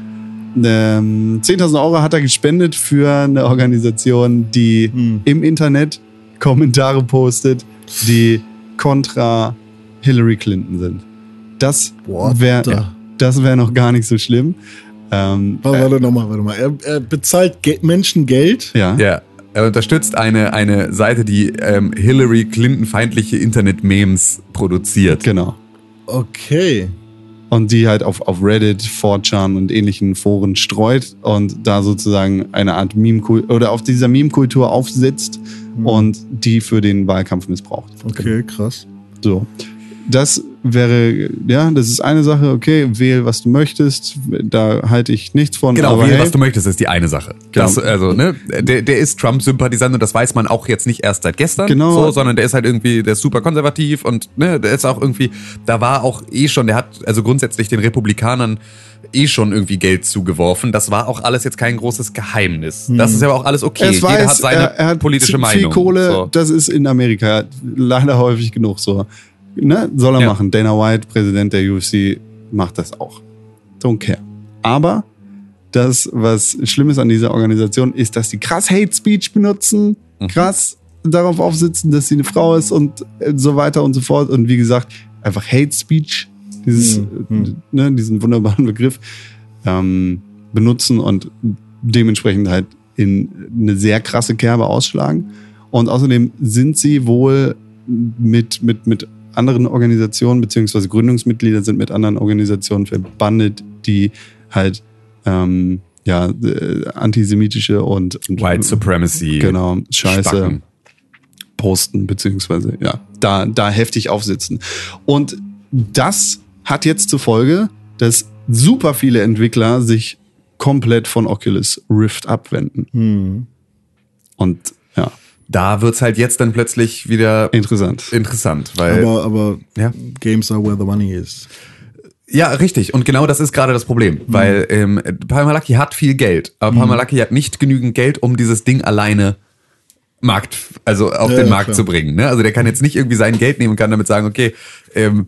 B: Ähm, 10.000 Euro hat er gespendet für eine Organisation, die
C: Hm.
B: im Internet Kommentare postet, die kontra Hillary Clinton sind. Das
D: What
B: wäre
D: the-
B: das wär noch gar nicht so schlimm. Ähm,
D: Warte, warte nochmal, warte mal. Er, er bezahlt Ge Menschen Geld.
B: äh, ja.
C: Ja. Er unterstützt eine, eine Seite, die ähm, Hillary Clinton-feindliche Internet-Memes produziert.
B: genau.
D: Okay.
B: und die halt auf, auf Reddit, 4chan und ähnlichen Foren streut und da sozusagen eine Art Meme-Kultur oder auf dieser Meme-Kultur aufsetzt und die für den Wahlkampf missbraucht.
D: Okay, krass.
B: So. Das wäre, ja, das ist eine Sache, okay, wähl, was du möchtest, da halte ich nichts von.
C: Genau,
B: aber
C: wähl,
B: hey,
C: was du möchtest, ist die eine Sache.
B: Genau.
C: Das, also, ne, der, der ist Trump-Sympathisant und das weiß man auch jetzt nicht erst seit gestern.
B: Genau.
C: So, sondern der ist halt irgendwie, der ist super konservativ und ne, der ist auch irgendwie, da war auch eh schon, der hat also grundsätzlich den Republikanern eh schon irgendwie Geld zugeworfen. Das war auch alles jetzt kein großes Geheimnis. Das ist ja auch alles okay.
B: Hm. es weiß,
C: Jeder hat seine
B: er, er hat
C: politische
B: viel
C: Meinung.
B: Kohle,
C: So.
B: das ist in Amerika leider häufig genug so. Ne? Soll er
C: Ja.
B: machen. Dana White, Präsident der UFC, macht das auch. Don't care. Aber das, was Schlimmes an dieser Organisation ist, dass die krass Hate Speech benutzen, krass darauf aufsitzen, dass sie eine Frau ist und äh, so weiter und so fort. Und wie gesagt, einfach Hate Speech, dieses,
D: Mhm.
B: äh, ne, diesen wunderbaren Begriff, ähm, benutzen und dementsprechend halt in eine sehr krasse Kerbe ausschlagen. Und außerdem sind sie wohl mit, mit, mit anderen Organisationen, beziehungsweise Gründungsmitglieder sind mit anderen Organisationen verbandet, die halt ähm, ja, äh, antisemitische und, und
C: White Supremacy.
B: genau, Scheiße
C: Spacken.
B: posten, beziehungsweise ja, da, da heftig aufsitzen. Und das hat jetzt zur Folge, dass super viele Entwickler sich komplett von Oculus Rift abwenden.
D: Hm.
B: Und ja,
C: Da wird's halt jetzt dann plötzlich wieder
B: interessant.
C: interessant, weil
D: Aber, aber
C: Äh, Ja.
D: Games are where the money is.
C: Ja, richtig. Und genau das ist gerade das
D: Mhm.
C: Problem, weil ähm, Palmalaki hat viel Geld, aber Palmalaki hat nicht genügend Geld, um dieses Ding alleine Markt, also auf
D: Ja,
C: den
D: ja,
C: Markt
D: klar.
C: zu bringen. Ne? Also der kann jetzt nicht irgendwie sein Geld nehmen und kann damit sagen, okay, ähm,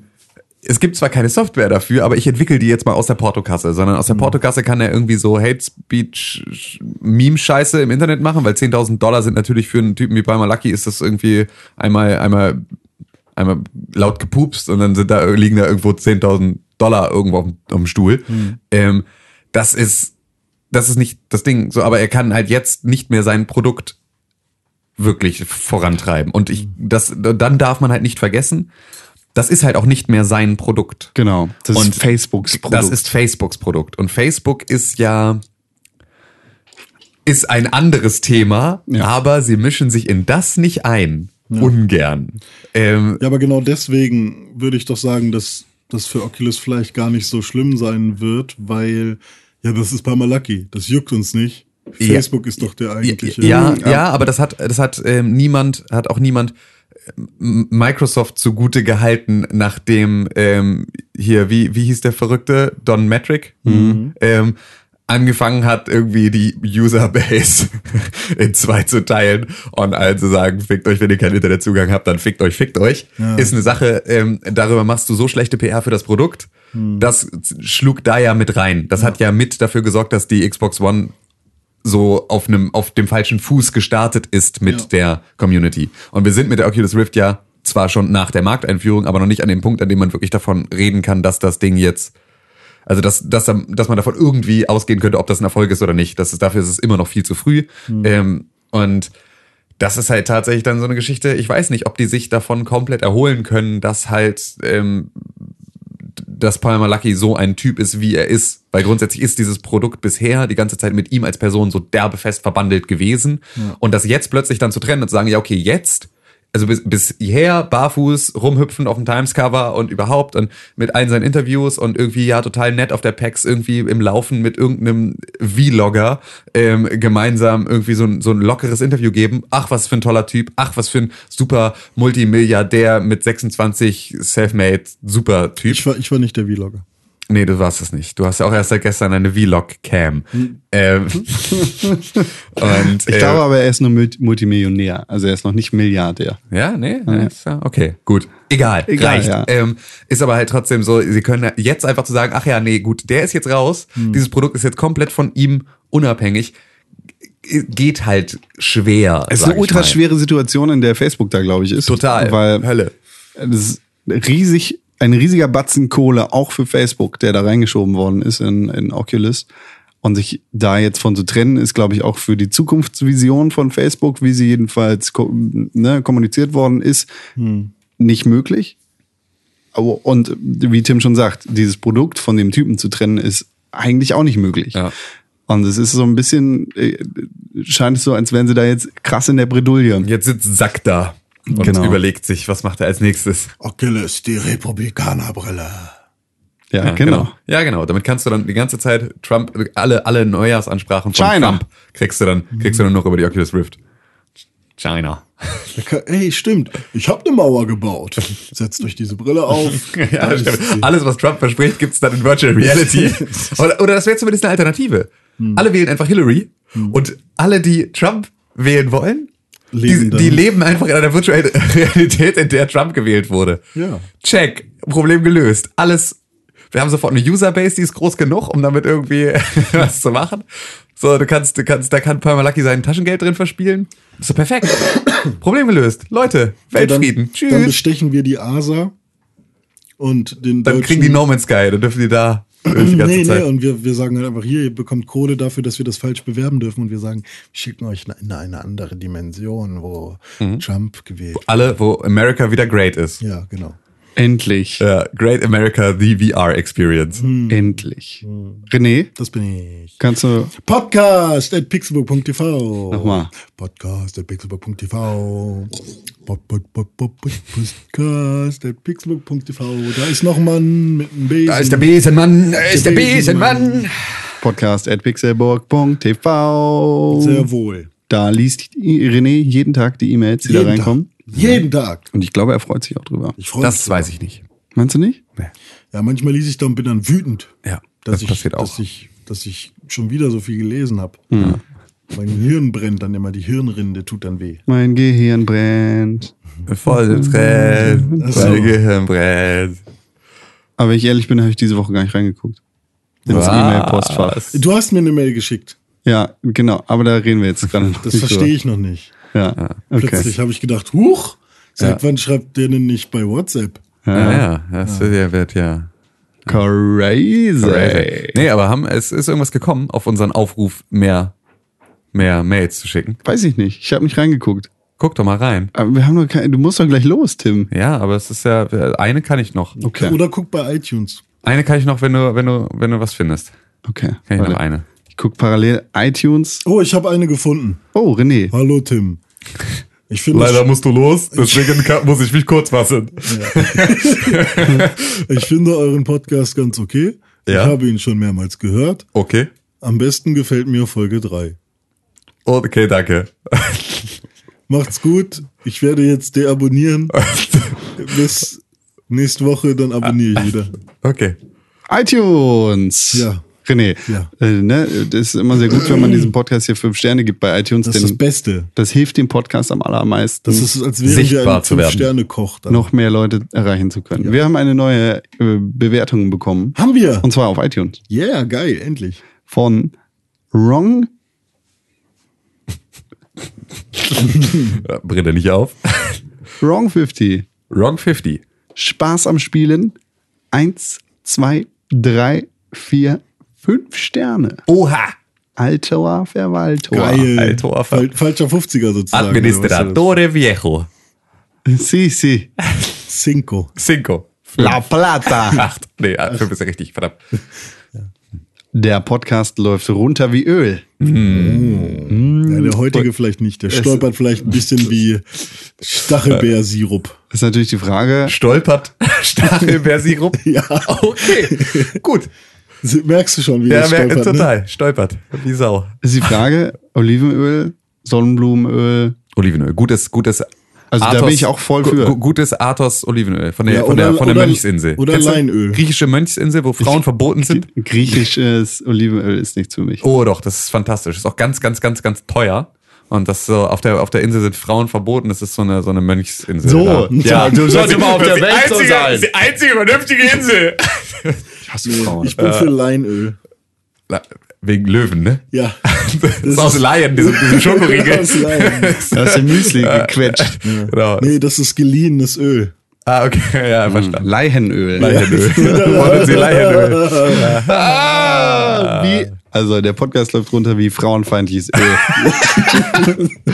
C: es gibt zwar keine Software dafür, aber ich entwickle die jetzt mal aus der Portokasse, sondern
D: Mhm.
C: aus der Portokasse kann er irgendwie so Hate Speech Meme Scheiße im Internet machen, weil 10.000 Dollar sind natürlich für einen Typen wie Palmalaki ist das irgendwie einmal einmal einmal laut gepupst und dann sind da, liegen da irgendwo 10.000 Dollar irgendwo auf dem, auf dem Stuhl. Ähm, das ist, das ist nicht das Ding. So, aber er kann halt jetzt nicht mehr sein Produkt wirklich vorantreiben. Und ich, das, dann darf man halt nicht vergessen, das ist halt auch nicht mehr sein Produkt.
B: Genau. Das
C: Und
B: ist Facebooks Produkt.
C: Das ist Facebooks Produkt. Und Facebook ist ja, ist ein anderes Thema,
B: Ja.
C: aber sie mischen sich in das nicht ein. Ungern. Ähm,
D: Ja, aber genau deswegen würde ich doch sagen, dass das für Oculus vielleicht gar nicht so schlimm sein wird, weil, ja, das ist Palmalaki, das juckt uns nicht.
C: Ja.
D: Facebook ist doch der eigentliche. Hm,
C: Ja, ja, ja, aber das hat, das hat ähm, niemand, hat auch niemand ähm, Microsoft zugute gehalten, nachdem ähm, hier, wie, wie hieß der Verrückte? Don Metric? Ähm, angefangen hat, irgendwie die Userbase in zwei zu teilen und allen zu sagen, fickt euch, wenn ihr keinen Internetzugang habt, dann fickt euch, fickt euch. Ist eine Sache, ähm, darüber machst du so schlechte PR für das Produkt. Das schlug da ja mit rein. Das hat Mhm. ja mit dafür gesorgt, dass die Xbox One so auf einem auf dem falschen Fuß gestartet ist mit
D: Ja.
C: der Community. Und wir sind mit der Oculus Rift ja zwar schon nach der Markteinführung, aber noch nicht an dem Punkt, an dem man wirklich davon reden kann, dass das Ding jetzt also dass, dass, da- dass man davon irgendwie ausgehen könnte, ob das ein Erfolg ist oder nicht. Das ist, dafür ist es immer noch viel zu früh. Ähm, und das ist halt tatsächlich dann so eine Geschichte, ich weiß nicht, ob die sich davon komplett erholen können, dass halt ähm, dass Palmer Lucky so ein Typ ist, wie er ist. Weil grundsätzlich ist dieses Produkt bisher die ganze Zeit mit ihm als Person so derbe fest verbandelt gewesen. Und das jetzt plötzlich dann zu trennen und zu sagen, ja, okay, jetzt, also bis, bis hierher, barfuß, rumhüpfen auf dem Times-Cover und überhaupt und mit allen seinen Interviews und irgendwie ja total nett auf der PAX irgendwie im Laufen mit irgendeinem Vlogger ähm, gemeinsam irgendwie so ein, so ein lockeres Interview geben. Ach, was für ein toller Typ. Ach, was für ein super Multimilliardär mit 26 Selfmade super Typ.
D: Ich war, ich war nicht der Vlogger.
C: Nee, du warst es nicht. Du hast ja auch erst seit gestern eine Vlog-Cam. Ähm, und,
B: Hm. ich glaube aber, er ist nur Mult- Multimillionär. Also er ist noch nicht Milliardär.
C: äh, Ja, nee, nee, ist ja okay, gut. Egal,
B: Egal,
C: reicht.
B: ja.
C: Ähm, ist aber halt trotzdem so, sie können jetzt einfach zu sagen, ach ja, nee, gut, der ist jetzt raus,
B: Hm.
C: dieses Produkt ist jetzt komplett von ihm unabhängig, Ge- geht halt schwer.
B: Es ist
C: sag
B: eine
C: ich
B: ultra
C: mal.
B: schwere Situation, in der Facebook da, glaube ich, ist.
C: Total.
B: Weil
C: Hölle.
B: das ist riesig, ein riesiger Batzen Kohle, auch für Facebook, der da reingeschoben worden ist in, in Oculus. Und sich da jetzt von zu trennen, ist, glaube ich, auch für die Zukunftsvision von Facebook, wie sie jedenfalls ko ne, kommuniziert worden ist, Hm. nicht möglich. Aber, und wie Tim schon sagt, dieses Produkt von dem Typen zu trennen, ist eigentlich auch nicht möglich.
C: Ja.
B: Und es ist so ein bisschen, äh, scheint es so, als wären sie da jetzt krass in der Bredouille.
C: Jetzt sitzt Sack da. und
B: Genau.
C: überlegt sich, was macht er als nächstes.
D: Oculus, die Republikanerbrille.
B: Ja, genau.
C: Ja, genau. Damit kannst du dann die ganze Zeit Trump, alle, alle Neujahrsansprachen von
B: China.
C: Trump kriegst du dann, kriegst du dann noch über die Oculus Rift. China.
D: Da kann- Ey, stimmt. Ich habe eine Mauer gebaut. Setzt euch diese Brille auf.
C: Ja,
D: Da ist
C: stimmt.
D: sie.
C: Alles, was Trump verspricht, gibt's dann in Virtual Reality. oder, oder das wäre zumindest eine Alternative.
D: Hm.
C: Alle wählen einfach Hillary und alle, die Trump wählen wollen,
D: Leben
C: die,
D: dann.
C: die leben einfach in einer virtuellen Realität, in der Trump gewählt wurde.
D: Ja.
C: Check. Problem gelöst. Alles. Wir haben sofort eine Userbase, die ist groß genug, um damit irgendwie was zu machen. So, du kannst, du kannst, da kann Permalaki sein Taschengeld drin verspielen. Ist doch perfekt. Problem gelöst. Leute, Weltfrieden.
D: Dann,
C: Tschüss.
D: dann bestechen wir die ASA und den
C: Dann
D: deutschen-
C: kriegen die No Man's Sky, dann dürfen die da die ganze
D: nee,
C: Zeit.
D: nee, und wir, wir sagen halt einfach, hier, ihr bekommt Kohle dafür, dass wir das falsch bewerben dürfen. Und wir sagen, wir schicken euch in eine, eine andere Dimension, wo Trump gewählt wird.
C: Alle, Mhm. wo America wieder great ist.
D: Ja, genau.
B: Endlich.
C: Ja, great America, the VR Experience.
D: Hm.
B: Endlich. René,
D: Das bin ich.
B: kannst du.
D: Podcast at pixelburg.tv.
B: Nochmal.
D: Podcast at pixelburg.tv. Pod- pod- pod- pod- pod- Podcast at pixelburg.tv. Da ist noch ein Mann mit einem Besen.
C: Besenmann, da
D: ist der Besenmann.
B: Podcast at pixelburg.tv.
D: Sehr wohl.
B: Da liest I- René jeden Tag die E-Mails, die da
D: Jeden Tag.
B: reinkommen.
D: Jeden Tag.
B: Und ich glaube, er freut sich auch drüber.
D: Ich freue mich.
C: Das weiß ich nicht.
B: Meinst du nicht?
D: Ja, manchmal lese ich da und bin dann wütend.
C: Ja,
D: dass
C: das
D: ich,
C: passiert auch. Mhm.
D: Dass ich, dass ich schon wieder so viel gelesen habe. Mein Hirn brennt dann immer, die Hirnrinde tut dann weh.
B: Mein Gehirn brennt.
C: Voll
D: Hm.
C: im Trend,
D: Ach so.
C: voll Gehirn brennt.
B: Aber wenn ich ehrlich bin, habe ich diese Woche gar nicht reingeguckt. In das
C: Was?
B: E-Mail-Postfach.
D: Du hast mir eine Mail geschickt.
B: Ja, genau. Aber da reden wir jetzt gerade noch
D: Das
B: nicht drüber.
D: verstehe ich noch nicht.
B: Ja, okay.
D: Plötzlich habe ich gedacht, huch, seit wann schreibt der denn nicht bei WhatsApp?
C: Ja, ja, das wird- wird ja.
B: Crazy.
C: Nee, aber haben, es ist irgendwas gekommen auf unseren Aufruf, mehr, mehr Mails zu schicken.
B: Weiß ich nicht. Ich habe nicht reingeguckt.
C: Guck doch mal rein.
B: Aber wir haben doch kein, du musst doch gleich los, Tim.
C: Ja, aber es ist ja, eine kann ich noch.
B: Okay.
D: Oder guck bei iTunes.
C: Eine kann ich noch, wenn du, wenn du, wenn du was findest.
B: Okay.
C: Kann ich noch
B: warte.
C: eine.
B: Ich guck parallel iTunes.
D: Oh, ich habe eine gefunden.
B: Oh, René.
D: Hallo Tim. Ich finde das,
C: musst du los, deswegen muss ich mich kurz fassen.
D: ich finde euren Podcast ganz okay.
C: Ja.
D: Ich habe ihn schon mehrmals gehört.
C: Okay.
D: Am besten gefällt mir Folge 3.
C: Okay, danke.
D: Macht's gut. Ich werde jetzt deabonnieren. Bis nächste Woche, dann
C: Ah.
D: abonniere ich wieder.
C: Okay.
B: iTunes.
D: Ja.
B: René.
D: Ja.
B: Äh, ne? Das ist immer sehr gut, wenn man diesem Podcast hier fünf Sterne gibt bei iTunes.
D: Das
B: denn
D: ist das Beste.
B: das hilft dem Podcast am allermeisten,
D: Das ist, als wären
C: Sichtbar
D: wir ein
C: zu werden.
D: Fünf-Sterne-Koch. dann.
B: noch mehr Leute erreichen zu können. Wir haben eine neue äh, Bewertung bekommen.
D: Haben wir.
B: Und zwar auf iTunes.
D: Yeah, geil, endlich.
B: Von Wrong.
C: Brille nicht auf.
B: Wrong 50.
C: Wrong 50.
B: Spaß am Spielen. Eins, zwei, drei, vier, fünf Sterne.
C: Oha!
B: Altoa Verwaltoa.
D: Geil.
C: Alter,
D: Fal falscher 50er sozusagen. oder was
C: Administradore Viejo.
B: Si, si.
D: ist das? Cinco.
C: Cinco.
B: La Plata.
C: Acht. Nee, ah, fünf ist ja richtig, verdammt.
B: Der Podcast läuft runter wie Öl.
D: Ja, der heutige vielleicht nicht. Der stolpert vielleicht ein bisschen wie Stachelbeersirup.
B: Ist natürlich die Frage.
C: Stolpert Stachelbeersirup.
D: Ja.
C: Okay, gut.
D: Merkst du schon, wie
C: Ja,
D: das
C: merkt
D: stolpert? Ne?
C: total. Stolpert. Wie Sau.
B: Ist die Frage, Olivenöl, Sonnenblumenöl.
C: Olivenöl. Gutes, gutes.
B: Also da bin ich auch voll
C: gu-
B: für.
C: gu- Gutes Athos Olivenöl von der,
D: Ja,
C: von
D: oder-
C: der, von der
D: oder-
C: Mönchsinsel.
D: oder
C: Kennst du?
D: Leinöl.
C: Griechische Mönchsinsel, wo Frauen verboten sind.
B: Griechisches Olivenöl ist nichts für mich.
C: Oh doch, das ist fantastisch. Ist auch ganz, ganz, ganz, ganz teuer. Und das so auf der auf der Insel sind Frauen verboten. Das ist so eine so eine Mönchsinsel. ne?
B: So,
C: da.
B: ja, du sollst
C: immer auf der
B: Welt so sein.
C: Die einzige vernünftige Insel.
B: Hast du Frauen?
D: Ich bin
C: äh.
D: für Leinöl.
C: La- Wegen Löwen, ne?
D: Ja.
C: Das ist aus Laien, diesem, diesem Schokoriegel.
D: Aus Leinen.
B: Da hast du Müsli gequetscht.
C: genau.
D: Nee, das ist geliehenes Öl.
C: Ah, okay, ja, verstanden.
B: Leihenöl.
C: Laienöl. Wollen Sie Laienöl?
B: Ah, wie, also der Podcast läuft runter wie frauenfeindliches Öl.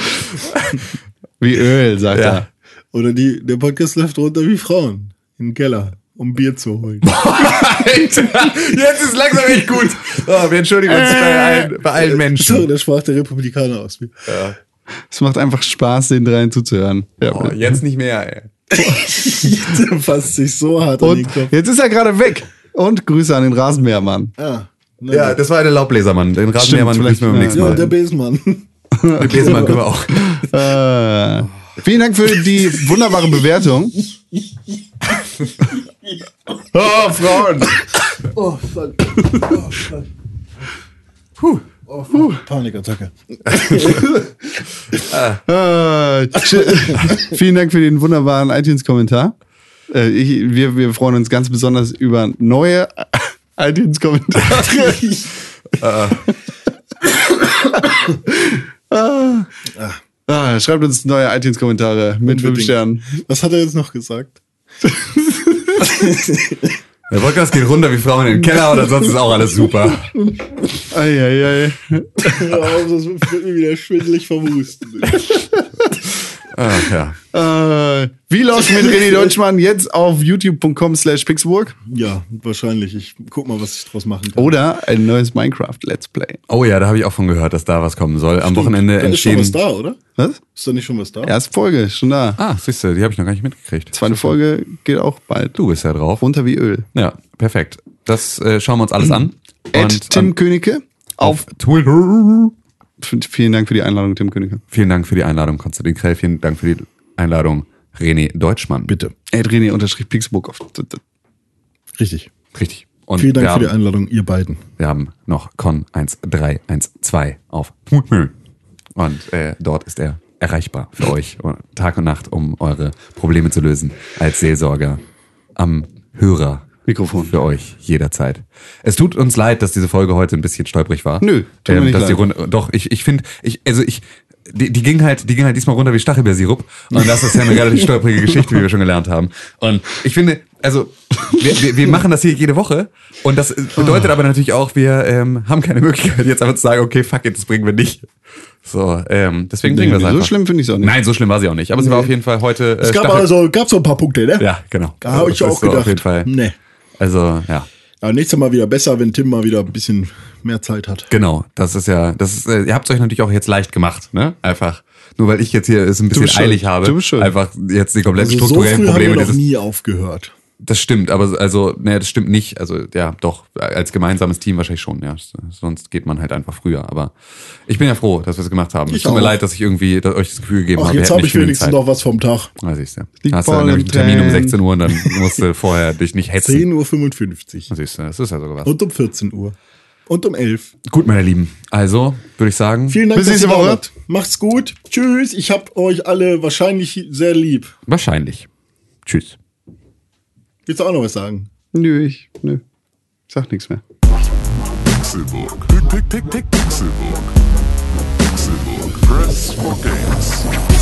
B: wie Öl, sagt
C: Ja.
B: er.
D: Oder die, der Podcast läuft runter wie Frauen. In den Keller, um Bier zu holen.
C: Alter, jetzt ist langsam echt gut. Oh, wir entschuldigen uns bei allen, bei allen
D: So,
C: Menschen.
D: da sprach der Republikaner aus mir.
B: Es macht einfach Spaß, den dreien zuzuhören. Ja.
C: Oh, jetzt nicht mehr, ey.
D: Der fasst sich so hart an
B: Und
D: den Kopf.
B: jetzt ist er gerade weg. Und Grüße an den Rasenmähermann.
D: Ja, na
C: Ja, das war der Laubbläsermann. Den Rasenmähermann
B: vielleicht,
C: grüßen wir beim
B: ja.
C: nächsten
D: ja, und
C: Mal.
D: der Besenmann.
C: Den Bläsermann können wir auch.
B: Äh, vielen Dank für die wunderbare Bewertung.
D: Ah,
C: Oh, Frauen!
D: Oh, fuck. Oh, fuck. Oh, fuck. Panikattacke.
B: Äh, tsch- vielen Dank für den wunderbaren iTunes-Kommentar. Äh, ich- wir, wir freuen uns ganz besonders über neue iTunes-Kommentare. Ah. Ah, schreibt uns neue iTunes-Kommentare mit fünf
D: Unbedingt.
B: Sternen.
D: Was hat er jetzt noch gesagt?
C: Der Podcast geht runter wie Frauen in den Keller und ansonsten ist auch alles super.
B: Ei, ei, ei.
D: Hör auf, sonst wird mir wieder schwindelig vom Husten.
C: Ach ja.
B: Äh, Vlogs mit René Deutschmann jetzt auf youtube.com slash pixburg
D: Ja, wahrscheinlich. Ich guck mal, was ich draus machen kann.
B: oder ein neues Minecraft-Let's Play.
C: Oh ja, da habe ich auch von gehört, dass da was kommen soll. Am Oh, Wochenende
D: da ist schon was
C: entstehen.
D: da, oder?
B: Was?
D: Ist da nicht schon was da?
B: Erste Folge, schon da.
C: Ah, siehst du, die habe ich noch gar nicht mitgekriegt.
B: Zweite Folge geht auch bald.
C: Du bist ja drauf.
B: Runter wie Öl.
C: Ja, perfekt. Das äh, schauen wir uns alles an. ähm,
B: Ed Tim Königke auf.
C: Twitter.
B: Vielen Dank für die Einladung, Tim Königke.
C: Vielen Dank für die Einladung, Konstantin Krell. Vielen Dank für die Einladung, René Deutschmann. Bitte.
B: Ed René unterstrich Pixburg auf.
D: Richtig.
C: Richtig. Und
D: Vielen Dank
C: wir
D: für die
C: haben,
D: Einladung, ihr beiden.
C: Wir haben noch Con 1312 auf Twitter. Und äh, dort ist er erreichbar für euch und Tag und Nacht, um eure Probleme zu lösen als Seelsorger am Hörer.
B: Mikrofon.
C: Für euch jederzeit. Es tut uns leid, dass diese Folge heute ein bisschen stolprig war.
B: Nö, tut mir
C: ähm,
B: nicht
C: dass die
B: leid.
C: Runde, Doch, ich, ich finde, ich, also ich, die, die ging halt, die ging halt diesmal runter wie Stachelbeersirup. Und das ist ja eine relativ stolprige Geschichte, wie wir schon gelernt haben. Und ich finde, also, wir, wir, wir machen das hier jede Woche. Und das bedeutet aber natürlich auch, wir ähm, haben keine Möglichkeit, jetzt einfach zu sagen, okay, fuck it, das bringen wir nicht. So, ähm, deswegen bringen wir es
B: Nee,
C: einfach.
B: so schlimm finde ich es auch nicht.
C: Nein, so schlimm war sie auch nicht. Aber sie war auf jeden Fall heute. Äh,
D: Es gab
C: Stachel-
D: also gab so ein paar Punkte, ne?
C: Ja, genau.
D: Da habe ich
C: Das
D: auch
C: ist so
D: gedacht.
C: Auf jeden Fall.
D: Nee.
C: Also, ja.
D: Aber nächstes Mal wieder besser, wenn Tim mal wieder ein bisschen mehr Zeit hat.
C: Genau, das ist ja, das ist, äh, ihr habt es euch natürlich auch jetzt leicht gemacht, ne? Einfach. Nur weil ich jetzt hier es ein bisschen
B: bist schuld.
C: eilig habe,
B: Du bist schuld.
C: einfach jetzt die kompletten
D: Also so früh
C: strukturellen
D: haben wir
C: Probleme
D: noch
C: dieses.
D: nie aufgehört.
C: Das stimmt, aber also, ne, das stimmt nicht. Also ja, doch, als gemeinsames Team wahrscheinlich schon, ja. S- Sonst geht man halt einfach früher. Aber ich bin ja froh, dass wir es gemacht haben.
D: Ich
C: es tut mir
D: auch.
C: leid, dass ich irgendwie dass euch das Gefühl gegeben
D: Ach,
C: habe,
D: jetzt
C: wir hätten
D: habe
C: nicht
D: ich
C: genügend
D: wenigstens
C: Zeit.
D: noch was vom Tag.
C: Ah, siehst du.
B: Liegt
C: Hast du
B: Paul
C: dann nämlich
B: im
C: einen Termin um
B: Train.
C: 16 Uhr und dann musst du vorher dich nicht hetzen.
D: 10.55 Uhr.
C: Siehst du, das ist ja sogar was.
D: Und um 14 Uhr. Und um 11.
C: Gut, meine Lieben. Also, würde ich sagen.
D: Vielen Dank,
B: Bis nächste
D: ihr da
B: Woche.
D: wart. Macht's gut. Tschüss. Ich hab euch alle wahrscheinlich sehr lieb.
C: Wahrscheinlich. Tschüss.
D: Willst du auch noch was sagen?
B: Nö, ich, nö. Ich sag nichts mehr.
A: Pixelbook. Pick, pick, pick, pick, Pixelbook. Pixelbook. Press for games.